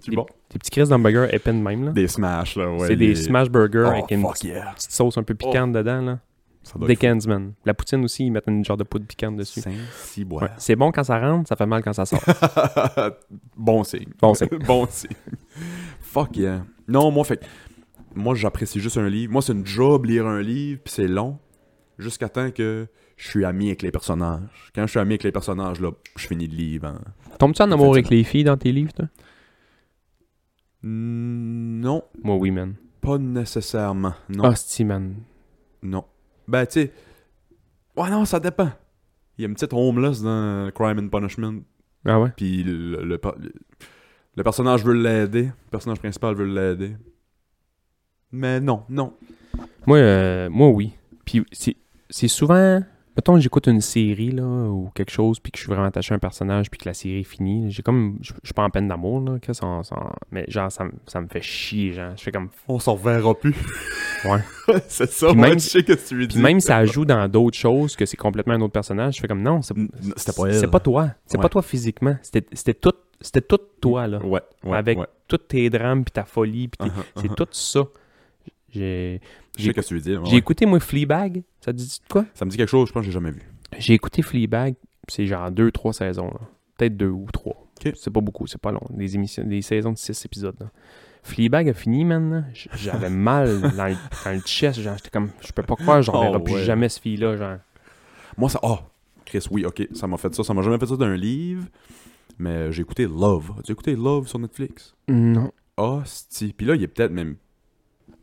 S3: C'est bon. Des petits crises d'hamburger épais de même, là.
S2: Des smash, là, ouais.
S3: c'est des Oh.
S2: les-
S3: smash burgers
S2: Oh,
S3: avec une
S2: fuck
S3: petite,
S2: yeah.
S3: petite sauce un peu piquante dedans, là.
S2: Ça doit être
S3: Dickens, man. La poutine aussi, ils mettent une genre de poudre piquante
S2: fou.
S3: dessus.
S2: Cinq, six bois.
S3: Ouais. C'est bon quand ça rentre, ça fait mal quand ça sort.
S2: Bon signe.
S3: Bon signe.
S2: bon signe. Fuck yeah. Non, moi, fait que- Moi, j'apprécie juste un livre. Moi, c'est une job lire un livre, puis c'est long. Jusqu'à temps que je suis ami avec les personnages. Quand je suis ami avec les personnages, là, je finis le livre. hein. en-
S3: Tombes-tu en amour avec les filles dans tes livres, toi?
S2: Non,
S3: Moi, oui, man.
S2: pas nécessairement. Non.
S3: Hostie, man.
S2: Non. Ben, tu sais. Ouais, non, ça dépend. Il y a une petite homeless dans Crime and Punishment.
S3: Ah ouais?
S2: Puis le, le, pa- le personnage veut l'aider. Le personnage principal veut l'aider. Mais non, non.
S3: Moi, euh, moi oui. Puis c'est- c'est souvent. Mettons, j'écoute une série là, ou quelque chose, puis que je suis vraiment attaché à un personnage, puis que la série est finie. J'ai comme. Je je suis pas en peine d'amour, là. que ça- ça- mais genre, ça, me- ça me fait chier, genre. Je fais comme.
S2: On s'en reverra plus.
S3: Ouais.
S2: c'est ça,
S3: Puis
S2: moi,
S3: même-
S2: je sais que tu lui
S3: Puis
S2: dis.
S3: même ça joue dans d'autres choses, que c'est complètement un autre personnage, je fais comme non, c'est
S2: N- non, Mm, c'était pas elle.
S3: C'est pas toi. C'est
S2: Ouais.
S3: pas toi physiquement. C'était c'était tout. C'était tout toi, là.
S2: Ouais, ouais.
S3: avec
S2: ouais.
S3: tous tes drames, puis ta folie, puis tes-
S2: Uh-huh,
S3: c'est
S2: uh-huh.
S3: tout ça. J'ai
S2: Je sais
S3: j'ai-
S2: que tu lui dis. ouais,
S3: j'ai
S2: ouais.
S3: écouté, moi, Fleabag. Ça te dit de quoi?
S2: Ça me dit quelque chose, je pense que j'ai jamais vu.
S3: J'ai écouté Fleabag, pis c'est genre deux, trois saisons. là. Peut-être deux ou trois.
S2: Ok.
S3: C'est pas beaucoup, c'est pas long. Des, émissions, des saisons de six épisodes. Là. Fleabag a fini, man. là. J- J'avais mal dans le, dans le chest. genre, J'étais comme, je peux pas croire, j'en
S2: Oh,
S3: verrai plus
S2: ouais.
S3: jamais ce fille-là. Genre.
S2: Moi, ça. Ah! Chris, oui, ok, ça m'a fait ça. Ça m'a jamais fait ça d'un livre. Mais j'ai écouté Love. As-tu écouté Love sur Netflix?
S3: Non.
S2: Hostie. Puis là, il est peut-être même.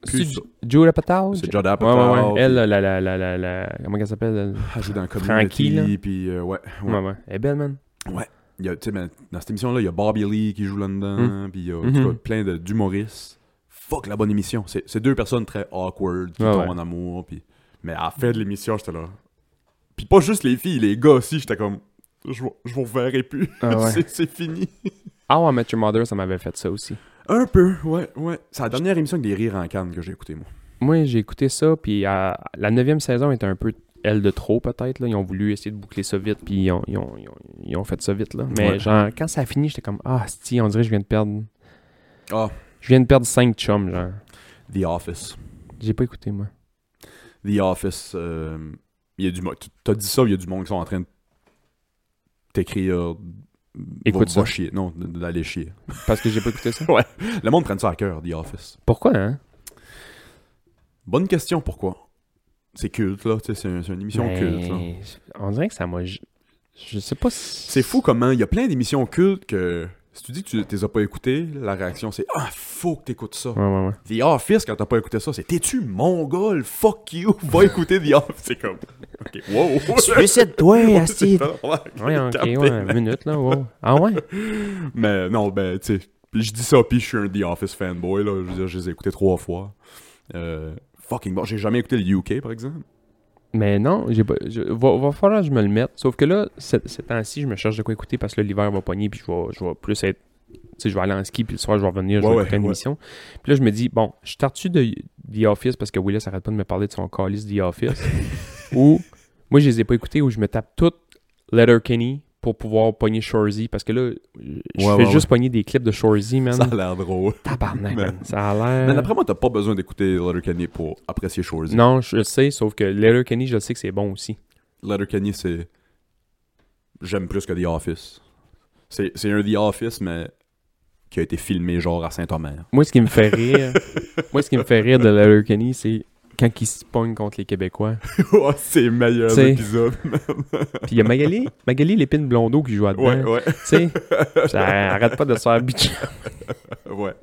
S3: C'est
S2: Plus
S3: Ju-
S2: ça.
S3: Judd Apatow?
S2: C'est Judd
S3: Ouais,
S2: Apatow.
S3: ouais, ouais.
S2: puis-
S3: Elle, la, la, la, la, la, la- Comment elle s'appelle? elle?
S2: Elle joue dans Community.
S3: Frankie, là.
S2: Puis euh, ouais. ouais.
S3: Ouais, ouais. Elle est belle, man.
S2: Il y a, tu sais, ben, dans cette émission-là, il y a Bobby Lee qui joue là-dedans. Puis il y a en tout
S3: Mhm.
S2: cas, plein de- d'humoristes. Fuck la bonne émission. C'est c'est deux personnes très awkward qui
S3: Ouais,
S2: tombent
S3: ouais.
S2: en amour. Puis... Mais à la fin de l'émission, j'étais là. Puis pas juste les filles, les gars aussi. J'étais comme. Je vous je vous reverrai plus.
S3: Ah ouais.
S2: C'est- C'est fini.
S3: How I Met Your Mother, ça m'avait fait ça aussi.
S2: Un peu, ouais, ouais. C'est la dernière émission avec des rires en canne que j'ai écouté, moi.
S3: Moi, j'ai écouté ça, puis euh, la neuvième saison était un peu elle de trop, peut-être. là. Ils ont voulu essayer de boucler ça vite, puis ils ont, ils ont- ils ont- ils ont fait ça vite. Là. Mais
S2: Ouais.
S3: genre, quand ça a fini, j'étais comme Ah, si, on dirait que je viens de perdre.
S2: Ah.
S3: Je viens de perdre 5 chums, genre.
S2: The Office.
S3: J'ai pas écouté, moi.
S2: The Office. euh, Il y a du monde. tu- T'as dit ça, il y a du monde qui sont en train de t'écrire.
S3: Écoute
S2: va,
S3: ça.
S2: va chier. Non, d'aller chier.
S3: Parce que j'ai pas écouté ça.
S2: Le monde prenne ça à cœur, The Office.
S3: Pourquoi, hein
S2: Bonne question, pourquoi C'est culte, là. tu sais, C'est un- c'est une émission
S3: Mais
S2: culte, là.
S3: Ben, On dirait que ça m'a. Je je sais pas si.
S2: C'est fou comment il y a plein d'émissions cultes que si tu dis que tu les as pas écoutées, la réaction c'est Ah, faut que t'écoutes ça.
S3: Ouais, ouais, ouais.
S2: The Office, quand t'as pas écouté ça, c'est T'es-tu mongol Fuck you Va écouter The Office. C'est comme. Ok, wow.
S4: Suicide-toi, Asti.
S3: Ouais, ok,
S2: Captain.
S3: ouais, une minute, là. wow. Ah ouais
S2: Mais non, ben, tu sais, je dis ça, puis je suis un The Office fanboy, là. Je veux dire, je les ai écoutés trois fois. Euh, fucking bon. J'ai jamais écouté le UK, par exemple.
S3: Mais non, j'ai pas. je- va, va falloir que je me le mette. Sauf que là, ce- ces temps-ci, je me cherche de quoi écouter parce que là, l'hiver va pogner puis je vais, je vais plus être. Tu sais, je vais aller en ski puis le soir, je vais revenir, je
S2: Ouais,
S3: vais
S2: ouais,
S3: écouter une
S2: ouais.
S3: émission. Puis là, je me dis, bon, je tarte de The Office parce que Willis arrête pas de me parler de son calice The Office. ou, moi, je les ai pas écoutés, ou je me tape tout Letterkenny pour pouvoir pogner Shorzy parce que là, je
S2: Ouais, ouais,
S3: fais juste pogner des clips de Shorzy, man.
S2: Ça a l'air drôle.
S3: Tabarnak,
S2: Mais-
S3: man. Ça a l'air.
S2: Mais d'après moi, t'as pas besoin d'écouter Letterkenny pour apprécier Shorzy.
S3: Euh, Non, je sais, sauf que Letterkenny, je sais que c'est bon aussi.
S2: Letterkenny, c'est. J'aime plus que The Office. C'est c'est un The Office, mais qui a été filmé genre à Saint-Omer.
S3: Moi, ce qui me fait rire, moi, ce qui me fait rire de Letterkenny, c'est quand il se pogne contre les Québécois.
S2: oh, c'est le meilleur
S3: T'sais.
S2: épisode.
S3: Puis il y a Magali, Magali Lépine Blondeau qui joue là-dedans.
S2: Ouais, ouais,
S3: Tu sais, ça arrête pas de se faire bitcher.
S2: ouais.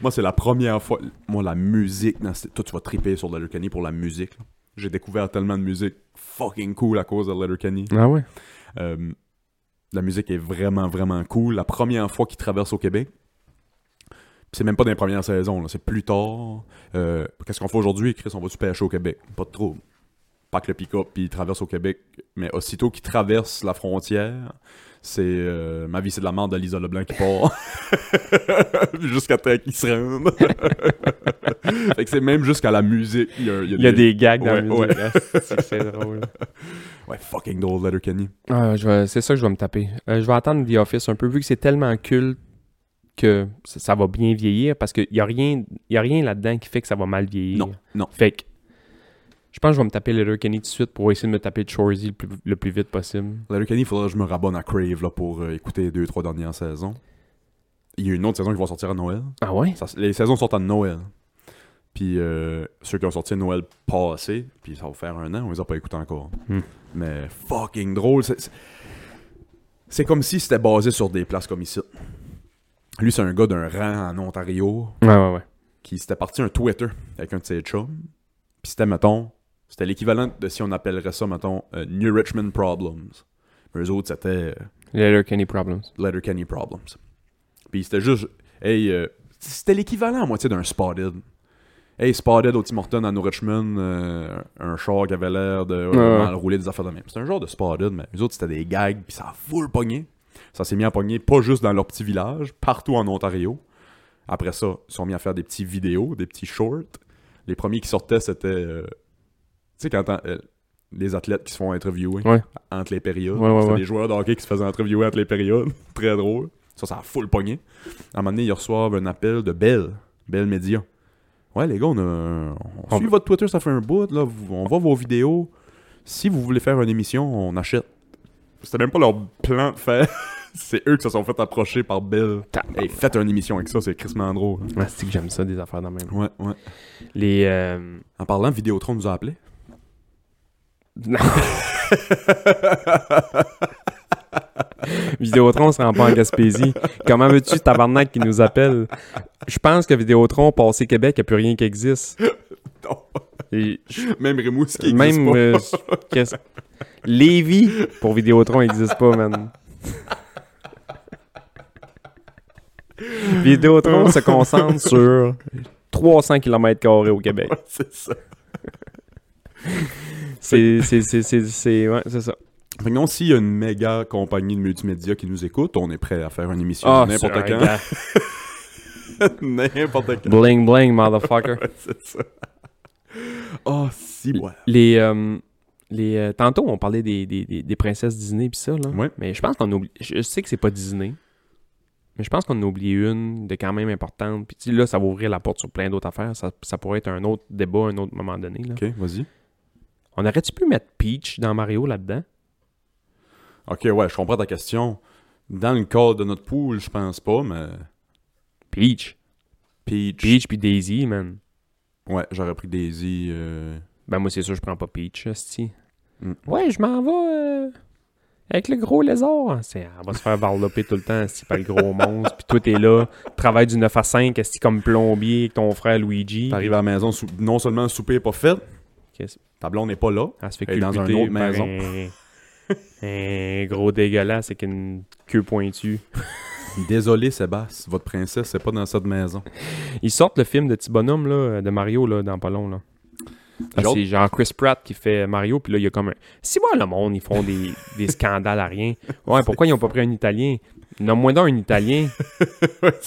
S2: Moi, c'est la première fois. Moi, la musique. dans ce- Toi, tu vas triper sur Letterkenny pour la musique. là. J'ai découvert tellement de musique fucking cool à cause de Letterkenny.
S3: Ah ouais?
S2: Euh, la musique est vraiment, vraiment cool. La première fois qu'il traverse au Québec, Puis c'est même pas dans les premières saisons, là, c'est plus tard. Euh, Qu'est-ce qu'on fait aujourd'hui, Chris? On va-tu pêcher au Québec? Pas de trouble. Pack le pick-up, puis il traverse au Québec. Mais aussitôt qu'il traverse la frontière, c'est euh, Ma vie, c'est de la merde d'Alisa Leblanc qui part. Jusqu'à temps qu'il se rende. fait que c'est même jusqu'à la musique. Il y a, il y a
S3: Il y a des gags dans
S2: Ouais,
S3: le
S2: ouais.
S3: C'est drôle.
S2: Ouais, fucking drôle, Letterkenny.
S3: Ah, je vais- c'est ça que je vais me taper. Euh, je vais attendre The Office un peu, vu que c'est tellement culte que ça, ça va bien vieillir, parce qu'il y a rien, y a rien là-dedans qui fait que ça va mal vieillir.
S2: Non, non.
S3: Fait que je pense que je vais me taper Letterkenny tout de suite pour essayer de me taper Chorzy le plus, le plus vite possible.
S2: Letterkenny, il faudrait que je me rabonne à Crave là, pour euh, écouter les deux, trois dernières saisons. il y a une autre saison qui va sortir à Noël.
S3: Ah ouais?
S2: Ça- les saisons sortent à Noël. Puis euh, ceux qui ont sorti à Noël passé, puis ça va faire un an, on les a pas écoutés encore.
S3: Hmm.
S2: Mais fucking drôle. c'est- c'est- C'est comme si c'était basé sur des places comme ici. Lui, c'est un gars d'un rang en Ontario
S3: Ouais, ouais, ouais.
S2: qui s'était parti un Twitter avec un de ses chums. Puis c'était, mettons, c'était l'équivalent de si on appellerait ça, mettons, euh, New Richmond Problems. Mais eux autres, c'était. euh,
S3: Letter Kenny Problems.
S2: Letterkenny Problems. Puis c'était juste, hey, euh, c'était l'équivalent à moitié d'un Spotted. Hey, Spotted au Tim Hortons à New Richmond, euh, un char qui avait l'air de euh,
S3: Ouais.
S2: mal rouler des affaires de même. C'était un genre de Spotted, mais les autres, c'était des gags, puis ça a full pogné. Ça s'est mis à pogner, pas juste dans leur petit village, partout en Ontario. Après ça, ils se sont mis à faire des petits vidéos, des petits shorts. Les premiers qui sortaient, c'était, euh, tu sais, quand t'en- euh, les athlètes qui se font interviewer
S3: Ouais.
S2: entre les périodes.
S3: Ouais, ouais,
S2: C'était
S3: ouais.
S2: des joueurs de hockey qui se faisaient interviewer entre les périodes. Très drôle. Ça, ça a full pogné. À un moment donné, ils reçoivent un appel de Bell. Bell Media. Ouais, les gars, on, a, un- on
S3: On
S2: suit
S3: va-
S2: votre Twitter, ça fait un bout. Là. Vous- On voit vos vidéos. Si vous voulez faire une émission, on achète. C'était même pas leur plan de faire. c'est eux qui se sont fait approcher par Bell. Hey, faites une émission avec ça, c'est crissement drôle.
S3: Ah, c'est que j'aime ça, des affaires dans le même.
S2: Ouais, ouais.
S3: Les. euh,
S2: En parlant, Vidéotron nous a appelés.
S3: Non. Vidéotron se rend pas en Gaspésie. Comment veux-tu, tabarnak, qui nous appelle? Je pense que Vidéotron, passé Québec, il n'y a plus rien qui existe.
S2: Non.
S3: Et je-
S2: Même Rimouski existe
S3: même.
S2: pas.
S3: euh, qu'est-ce- Lévis, pour Vidéotron, n'existe pas, man. Vidéotron se concentre sur 300 km au Québec.
S2: c'est ça.
S3: C'est c'est- c'est- c'est- c'est- ouais, c'est ça.
S2: Fait que non, s'il y a une méga compagnie de multimédia qui nous écoute, on est prêt à faire une émission
S3: Ah,
S2: n'importe
S3: c'est-
S2: quand.
S3: regarde.
S2: n'importe quand.
S3: Bling bling, motherfucker.
S2: c'est ça. Oh, si, ouais.
S3: Les, euh, les, euh, tantôt, on parlait des, des, des, des princesses Disney pis ça, là.
S2: Ouais.
S3: Mais je pense qu'on oublie. Je sais que c'est pas Disney. Mais je pense qu'on en a oublié une de quand même importante. Puis tu sais, là, ça va ouvrir la porte sur plein d'autres affaires. Ça, ça pourrait être un autre débat à un autre moment donné. Là.
S2: Ok, vas-y.
S3: On aurait-tu pu mettre Peach dans Mario là-dedans?
S2: Ok, ouais, je comprends ta question. Dans le cadre de notre pool, je pense pas, mais.
S3: Peach.
S2: Peach.
S3: Peach puis Daisy, man.
S2: Ouais, j'aurais pris Daisy. euh,
S3: Ben moi, c'est sûr, je prends pas Peach, hostie.
S2: Mm.
S3: Ouais, je m'en vais euh, avec le gros lézard. Ah, C'est, on va se faire varloper tout le temps, hostie, par le gros monstre. Puis toi, t'es là, travaille du 9 à 5, hostie, comme plombier avec ton frère Luigi.
S2: T'arrives à la maison, sou- non seulement le souper est pas fait,
S3: Qu'est-ce-
S2: ta blonde n'est pas là.
S3: Elle se fait
S2: Elle est dans
S3: culbuter
S2: une autre
S3: par
S2: maison.
S3: Un, un gros dégueulasse avec une queue pointue.
S2: Désolé, Sébastien, votre princesse, c'est pas dans cette maison.
S3: Ils sortent le film de petit bonhomme, là, de Mario, là, dans pas long, là.
S2: J'ai
S3: Ah, c'est genre Chris Pratt qui fait Mario, puis là, il y a comme un... Si moi, le monde, ils font des, des scandales à rien. Ouais, pourquoi ils ont pas pris un Italien? Nomme-moi donc un Italien.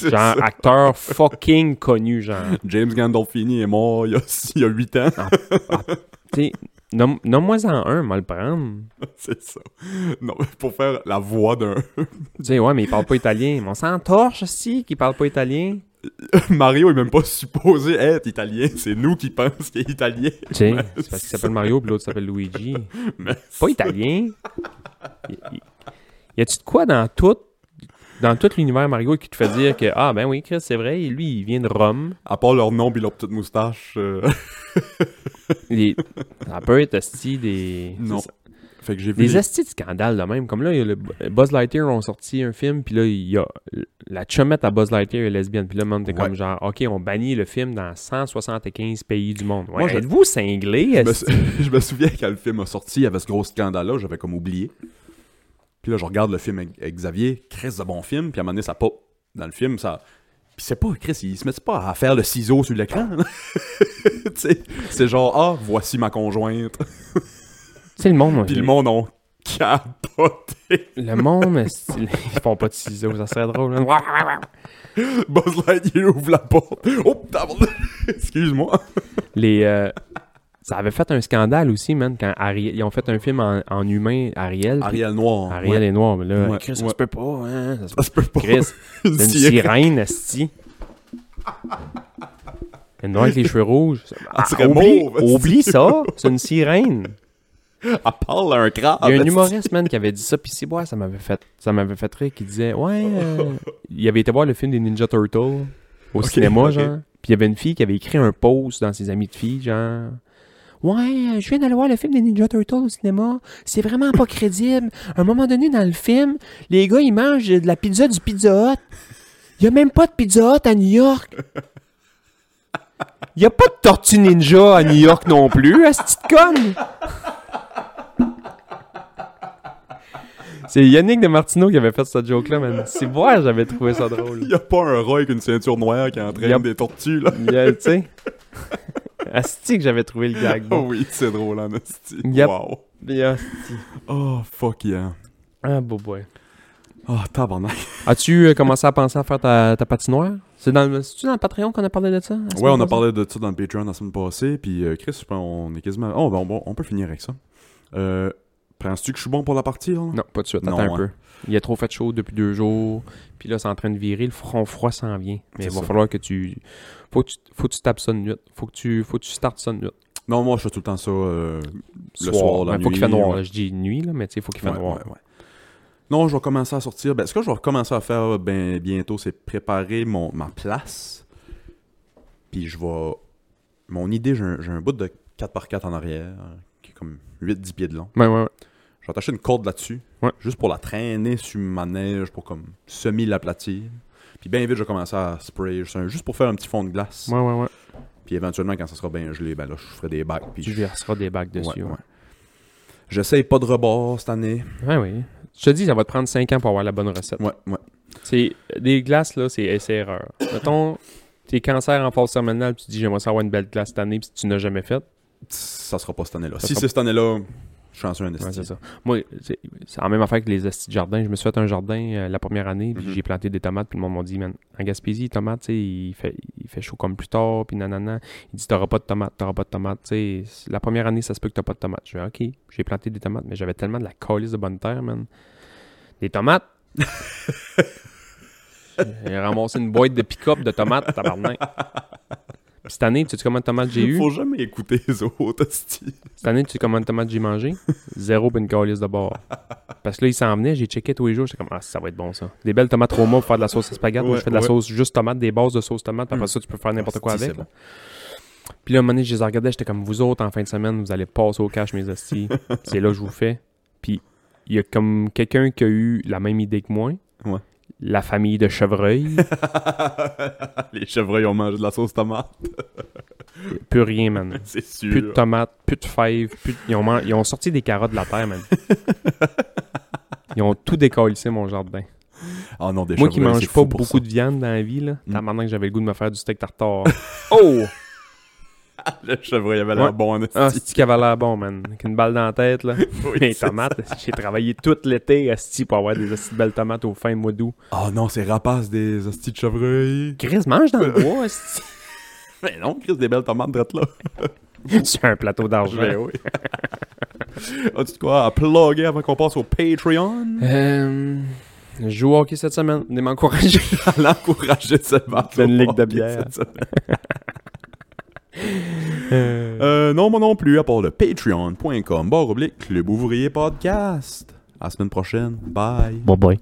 S3: genre acteur fucking connu, genre.
S2: James Gandolfini est mort il y a, il y a 8 ans.
S3: Tu sais, nomme- nomme-moi-en un, moi le prendre.
S2: C'est ça. Non, mais pour faire la voix d'un
S3: Tu sais, ouais, mais il parle pas italien. Mais on s'en torche aussi qu'il parle pas italien.
S2: Mario est même pas supposé être italien. C'est nous qui pensons qu'il est italien.
S3: Tu sais, c'est parce qu'il s'appelle Mario, puis l'autre s'appelle Luigi.
S2: Mais
S3: Pas italien. Y, y- y a-tu de quoi dans tout, dans tout l'univers Mario qui te fait dire que, ah, ben oui, Chris, c'est vrai, lui, il vient de Rome.
S2: à part leur nom et leur petite moustache. euh,
S3: Les- ça peut être hostie des.
S2: non.
S3: c'est ça.
S2: Fait que j'ai vu.
S3: Des
S2: les-
S3: hosties de scandales de même. Comme là, il y a le Buzz Lightyear ont sorti un film, puis là, il y a la chumette à Buzz Lightyear est lesbienne. Puis là, même, t'es
S2: Ouais.
S3: comme genre, OK, on bannit le film dans 175 pays du monde. Ouais,
S2: Moi, je-
S3: êtes-vous cinglé?
S2: je, me...
S3: esti?
S2: sou- je me souviens quand le film a sorti, il y avait ce gros scandale-là, j'avais comme oublié. Puis là, je regarde le film avec- avec Xavier, Chris de bon film, puis à un moment donné, ça pop dans le film, ça. Puis c'est pas, Chris, ils se mettent pas à faire le ciseau sur l'écran. là. Tu sais, c'est genre, ah, voici ma conjointe.
S3: Tu sais, le monde,
S2: Puis le monde ont capoté.
S3: le monde, esti, ils font pas de ciseaux, ça serait drôle. hein.
S2: Buzz Lightyear ouvre la porte. Oh, tabarnak. Excuse-moi.
S3: Les, euh, ça avait fait un scandale aussi, man, quand Ariel, ils ont fait un film en, en humain, Ariel. puis-
S2: Ariel Noir.
S3: Ariel
S2: ouais.
S3: est noir, mais là,
S2: Ouais,
S3: Chris, ça
S2: ouais.
S3: se peut pas, hein, ça se
S2: Ça se peut pas.
S3: Chris,
S2: Une
S3: c'est une
S2: sirène.
S3: sirène, esti. Une noire avec les cheveux rouges. Ah,
S2: serait
S3: oublie,
S2: mauve, esti.
S3: oublie ça, c'est une sirène.
S2: Elle parle à un crabe.
S3: Il y a un
S2: esti.
S3: humoriste, man, qui avait dit ça, puis c'est ouais, ça m'avait fait, ça m'avait fait rire, qui disait, ouais, euh, il avait été voir le film des Ninja Turtles au cinéma,
S2: ok.
S3: genre, puis il y avait une fille qui avait écrit un post dans ses amis de filles, genre, ouais, euh, je viens d'aller voir le film des Ninja Turtles au cinéma, c'est vraiment pas crédible. À un moment donné dans le film, les gars, ils mangent de la pizza du Pizza Hut. Il y a même pas de Pizza Hut à New York. Il y a pas de tortue ninja à New York non plus, à cette conne. C'est Yannick de Martineau qui avait fait cette joke-là, man. C'est vrai, j'avais trouvé ça drôle.
S2: Il y a pas un rat avec une ceinture noire qui entraîne
S3: Yep.
S2: des tortues, là.
S3: Il y a- Tu sais. Asti que j'avais trouvé le gag.
S2: Oh
S3: Bon.
S2: oui, c'est drôle, en esti.
S3: Yep.
S2: Wow.
S3: Mais asti.
S2: Oh, fuck yeah.
S3: Ah, beau boy.
S2: Oh, tabarnak.
S3: As-tu euh, commencé à penser à faire ta, ta patinoire? C'est dans, le- c'est-tu dans le Patreon qu'on a parlé de ça? la semaine
S2: Ouais, on a
S3: passée?
S2: parlé de ça dans le Patreon la semaine passée, puis euh, Chris, je pense on est quasiment... Oh, ben, bon, on peut finir avec ça. Euh, penses-tu que je suis bon pour la partie, là?
S3: Non, pas de suite.
S2: Non,
S3: Attends
S2: hein.
S3: un peu. Il a trop fait chaud depuis deux jours. Puis là, c'est en train de virer. Le front froid s'en vient. Mais
S2: C'est
S3: il va
S2: ça.
S3: falloir que tu. Faut que tu, faut que tu tapes ça de nuit. Faut que tu, faut que tu startes ça de nuit.
S2: Non, moi, je fais tout le temps ça euh, le soir, la
S3: Ben, faut qu'il
S2: nuit,
S3: fasse noir.
S2: ouais.
S3: là. Je dis nuit, là, mais tu sais, faut qu'il fasse
S2: Ouais,
S3: noir.
S2: ouais, ouais. Non, je vais commencer à sortir. Ben, ce que je vais recommencer à faire ben, bientôt, c'est préparer mon, ma place. Puis je vais. Mon idée, j'ai un, j'ai un bout de 4x4 en arrière, hein, qui est comme 8-10 pieds de long.
S3: Ben, ouais, ouais.
S2: Je vais attacher une corde là-dessus,
S3: Ouais.
S2: juste pour la traîner sur ma neige, pour comme semi-l'aplatir. Puis bien vite, je vais commencer à spray, juste un- juste pour faire un petit fond de glace.
S3: Ouais, ouais, ouais.
S2: Puis éventuellement, quand ça sera bien gelé, ben là, je ferai des bacs. Puis
S3: Tu
S2: je-
S3: verseras des bagues
S2: Ouais,
S3: dessus. Ouais,
S2: ouais. J'essaye pas de rebord cette année.
S3: Ouais, oui. Je te dis, ça va te prendre 5 ans pour avoir la bonne recette.
S2: Ouais, ouais.
S3: C'est des glaces, là, c'est essai-erreur. Mettons, t'es cancer en phase terminale, puis tu dis, j'aimerais ça avoir une belle glace cette année, puis tu n'as jamais fait.
S2: ça sera pas cette année-là.
S3: Ça
S2: Si
S3: sera-
S2: c'est cette année-là, je suis chanceux un
S3: Ouais,
S2: esti.
S3: c'est ça. Moi, c'est c'est la même affaire que les estis de jardin. Je me suis fait un jardin euh, la première année, puis
S2: Mhm.
S3: j'ai planté des tomates, puis le monde m'a dit, man, en Gaspésie, les tomates, tu sais, il fait, il fait chaud comme plus tard, puis nanana. Il dit, t'auras pas de tomates, t'auras pas de tomates, tu sais. La première année, ça se peut que t'as pas de tomates. Je fais, OK, j'ai planté des tomates, mais j'avais tellement de la colisse de bonne terre, man. Des tomates! j'ai ramassé une boîte de pick-up de tomates, tabarnak. Puis Cette année, tu sais combien de tomates j'ai eu?
S2: Faut jamais écouter les autres, esti.
S3: Cette année, tu sais combien de tomates j'ai mangé? Zéro puis une calice de bord. Parce que là, il s'en venait, j'ai checké tous les jours, j'étais comme, ah, ça va être bon ça. Des belles tomates Roma pour faire de la sauce à spaghette. Moi,
S2: Ouais,
S3: je fais de la
S2: ouais.
S3: sauce juste tomate, des bases de sauce tomate, puis après ça, tu peux faire n'importe quoi
S2: Asti,
S3: avec.
S2: c'est
S3: là. Puis là, un moment donné, je les regardais, j'étais comme, vous autres, en fin de semaine, vous allez passer au cash, mes hosties. C'est là que je vous fais. Puis il y a comme quelqu'un qui a eu la même idée que moi.
S2: Ouais.
S3: La famille de chevreuil.
S2: les chevreuils ont mangé de la sauce tomate,
S3: plus rien, man.
S2: c'est sûr.
S3: Plus de tomates, plus de fèves, plus de- ils, ont man- ils ont sorti des carottes de la terre, man. Ils ont tout décalissé, mon jardin.
S2: Ah non, des chevreuils,
S3: Moi qui mange
S2: c'est
S3: pas
S2: fou pour
S3: beaucoup
S2: ça.
S3: de viande dans la vie, là,
S2: Mm.
S3: maintenant que j'avais le goût de me faire du steak tartare. oh!
S2: Le chevreuil avait l'air
S3: Ouais.
S2: bon, en esti.
S3: Ah, c'est qui avait l'air bon, man. Avec une balle dans la tête, là. Les tomates, j'ai travaillé tout l'été, asti, pour avoir des asti de belles tomates au fin mois d'août.
S2: Ah non, c'est rapace des hosties de chevreuil.
S3: Chris, mange dans
S2: Euh.
S3: le bois, asti.
S2: Mais non, Chris, des belles tomates droites là.
S3: Sur un plateau
S2: Ben
S3: d'argent.
S2: oui. As-tu de quoi à plugger avant qu'on passe au Patreon?
S3: Euh, je joue au hockey cette semaine. Venez m'encourager.
S2: À l'encourager de se battre.
S3: Pleine
S2: au
S3: ligue de
S2: hockey
S3: bière.
S2: cette semaine. Euh, non, moi non plus, à part le patreon.com, barre oblique, Club Ouvrier Podcast. À la semaine prochaine. Bye.
S3: Bon, boy.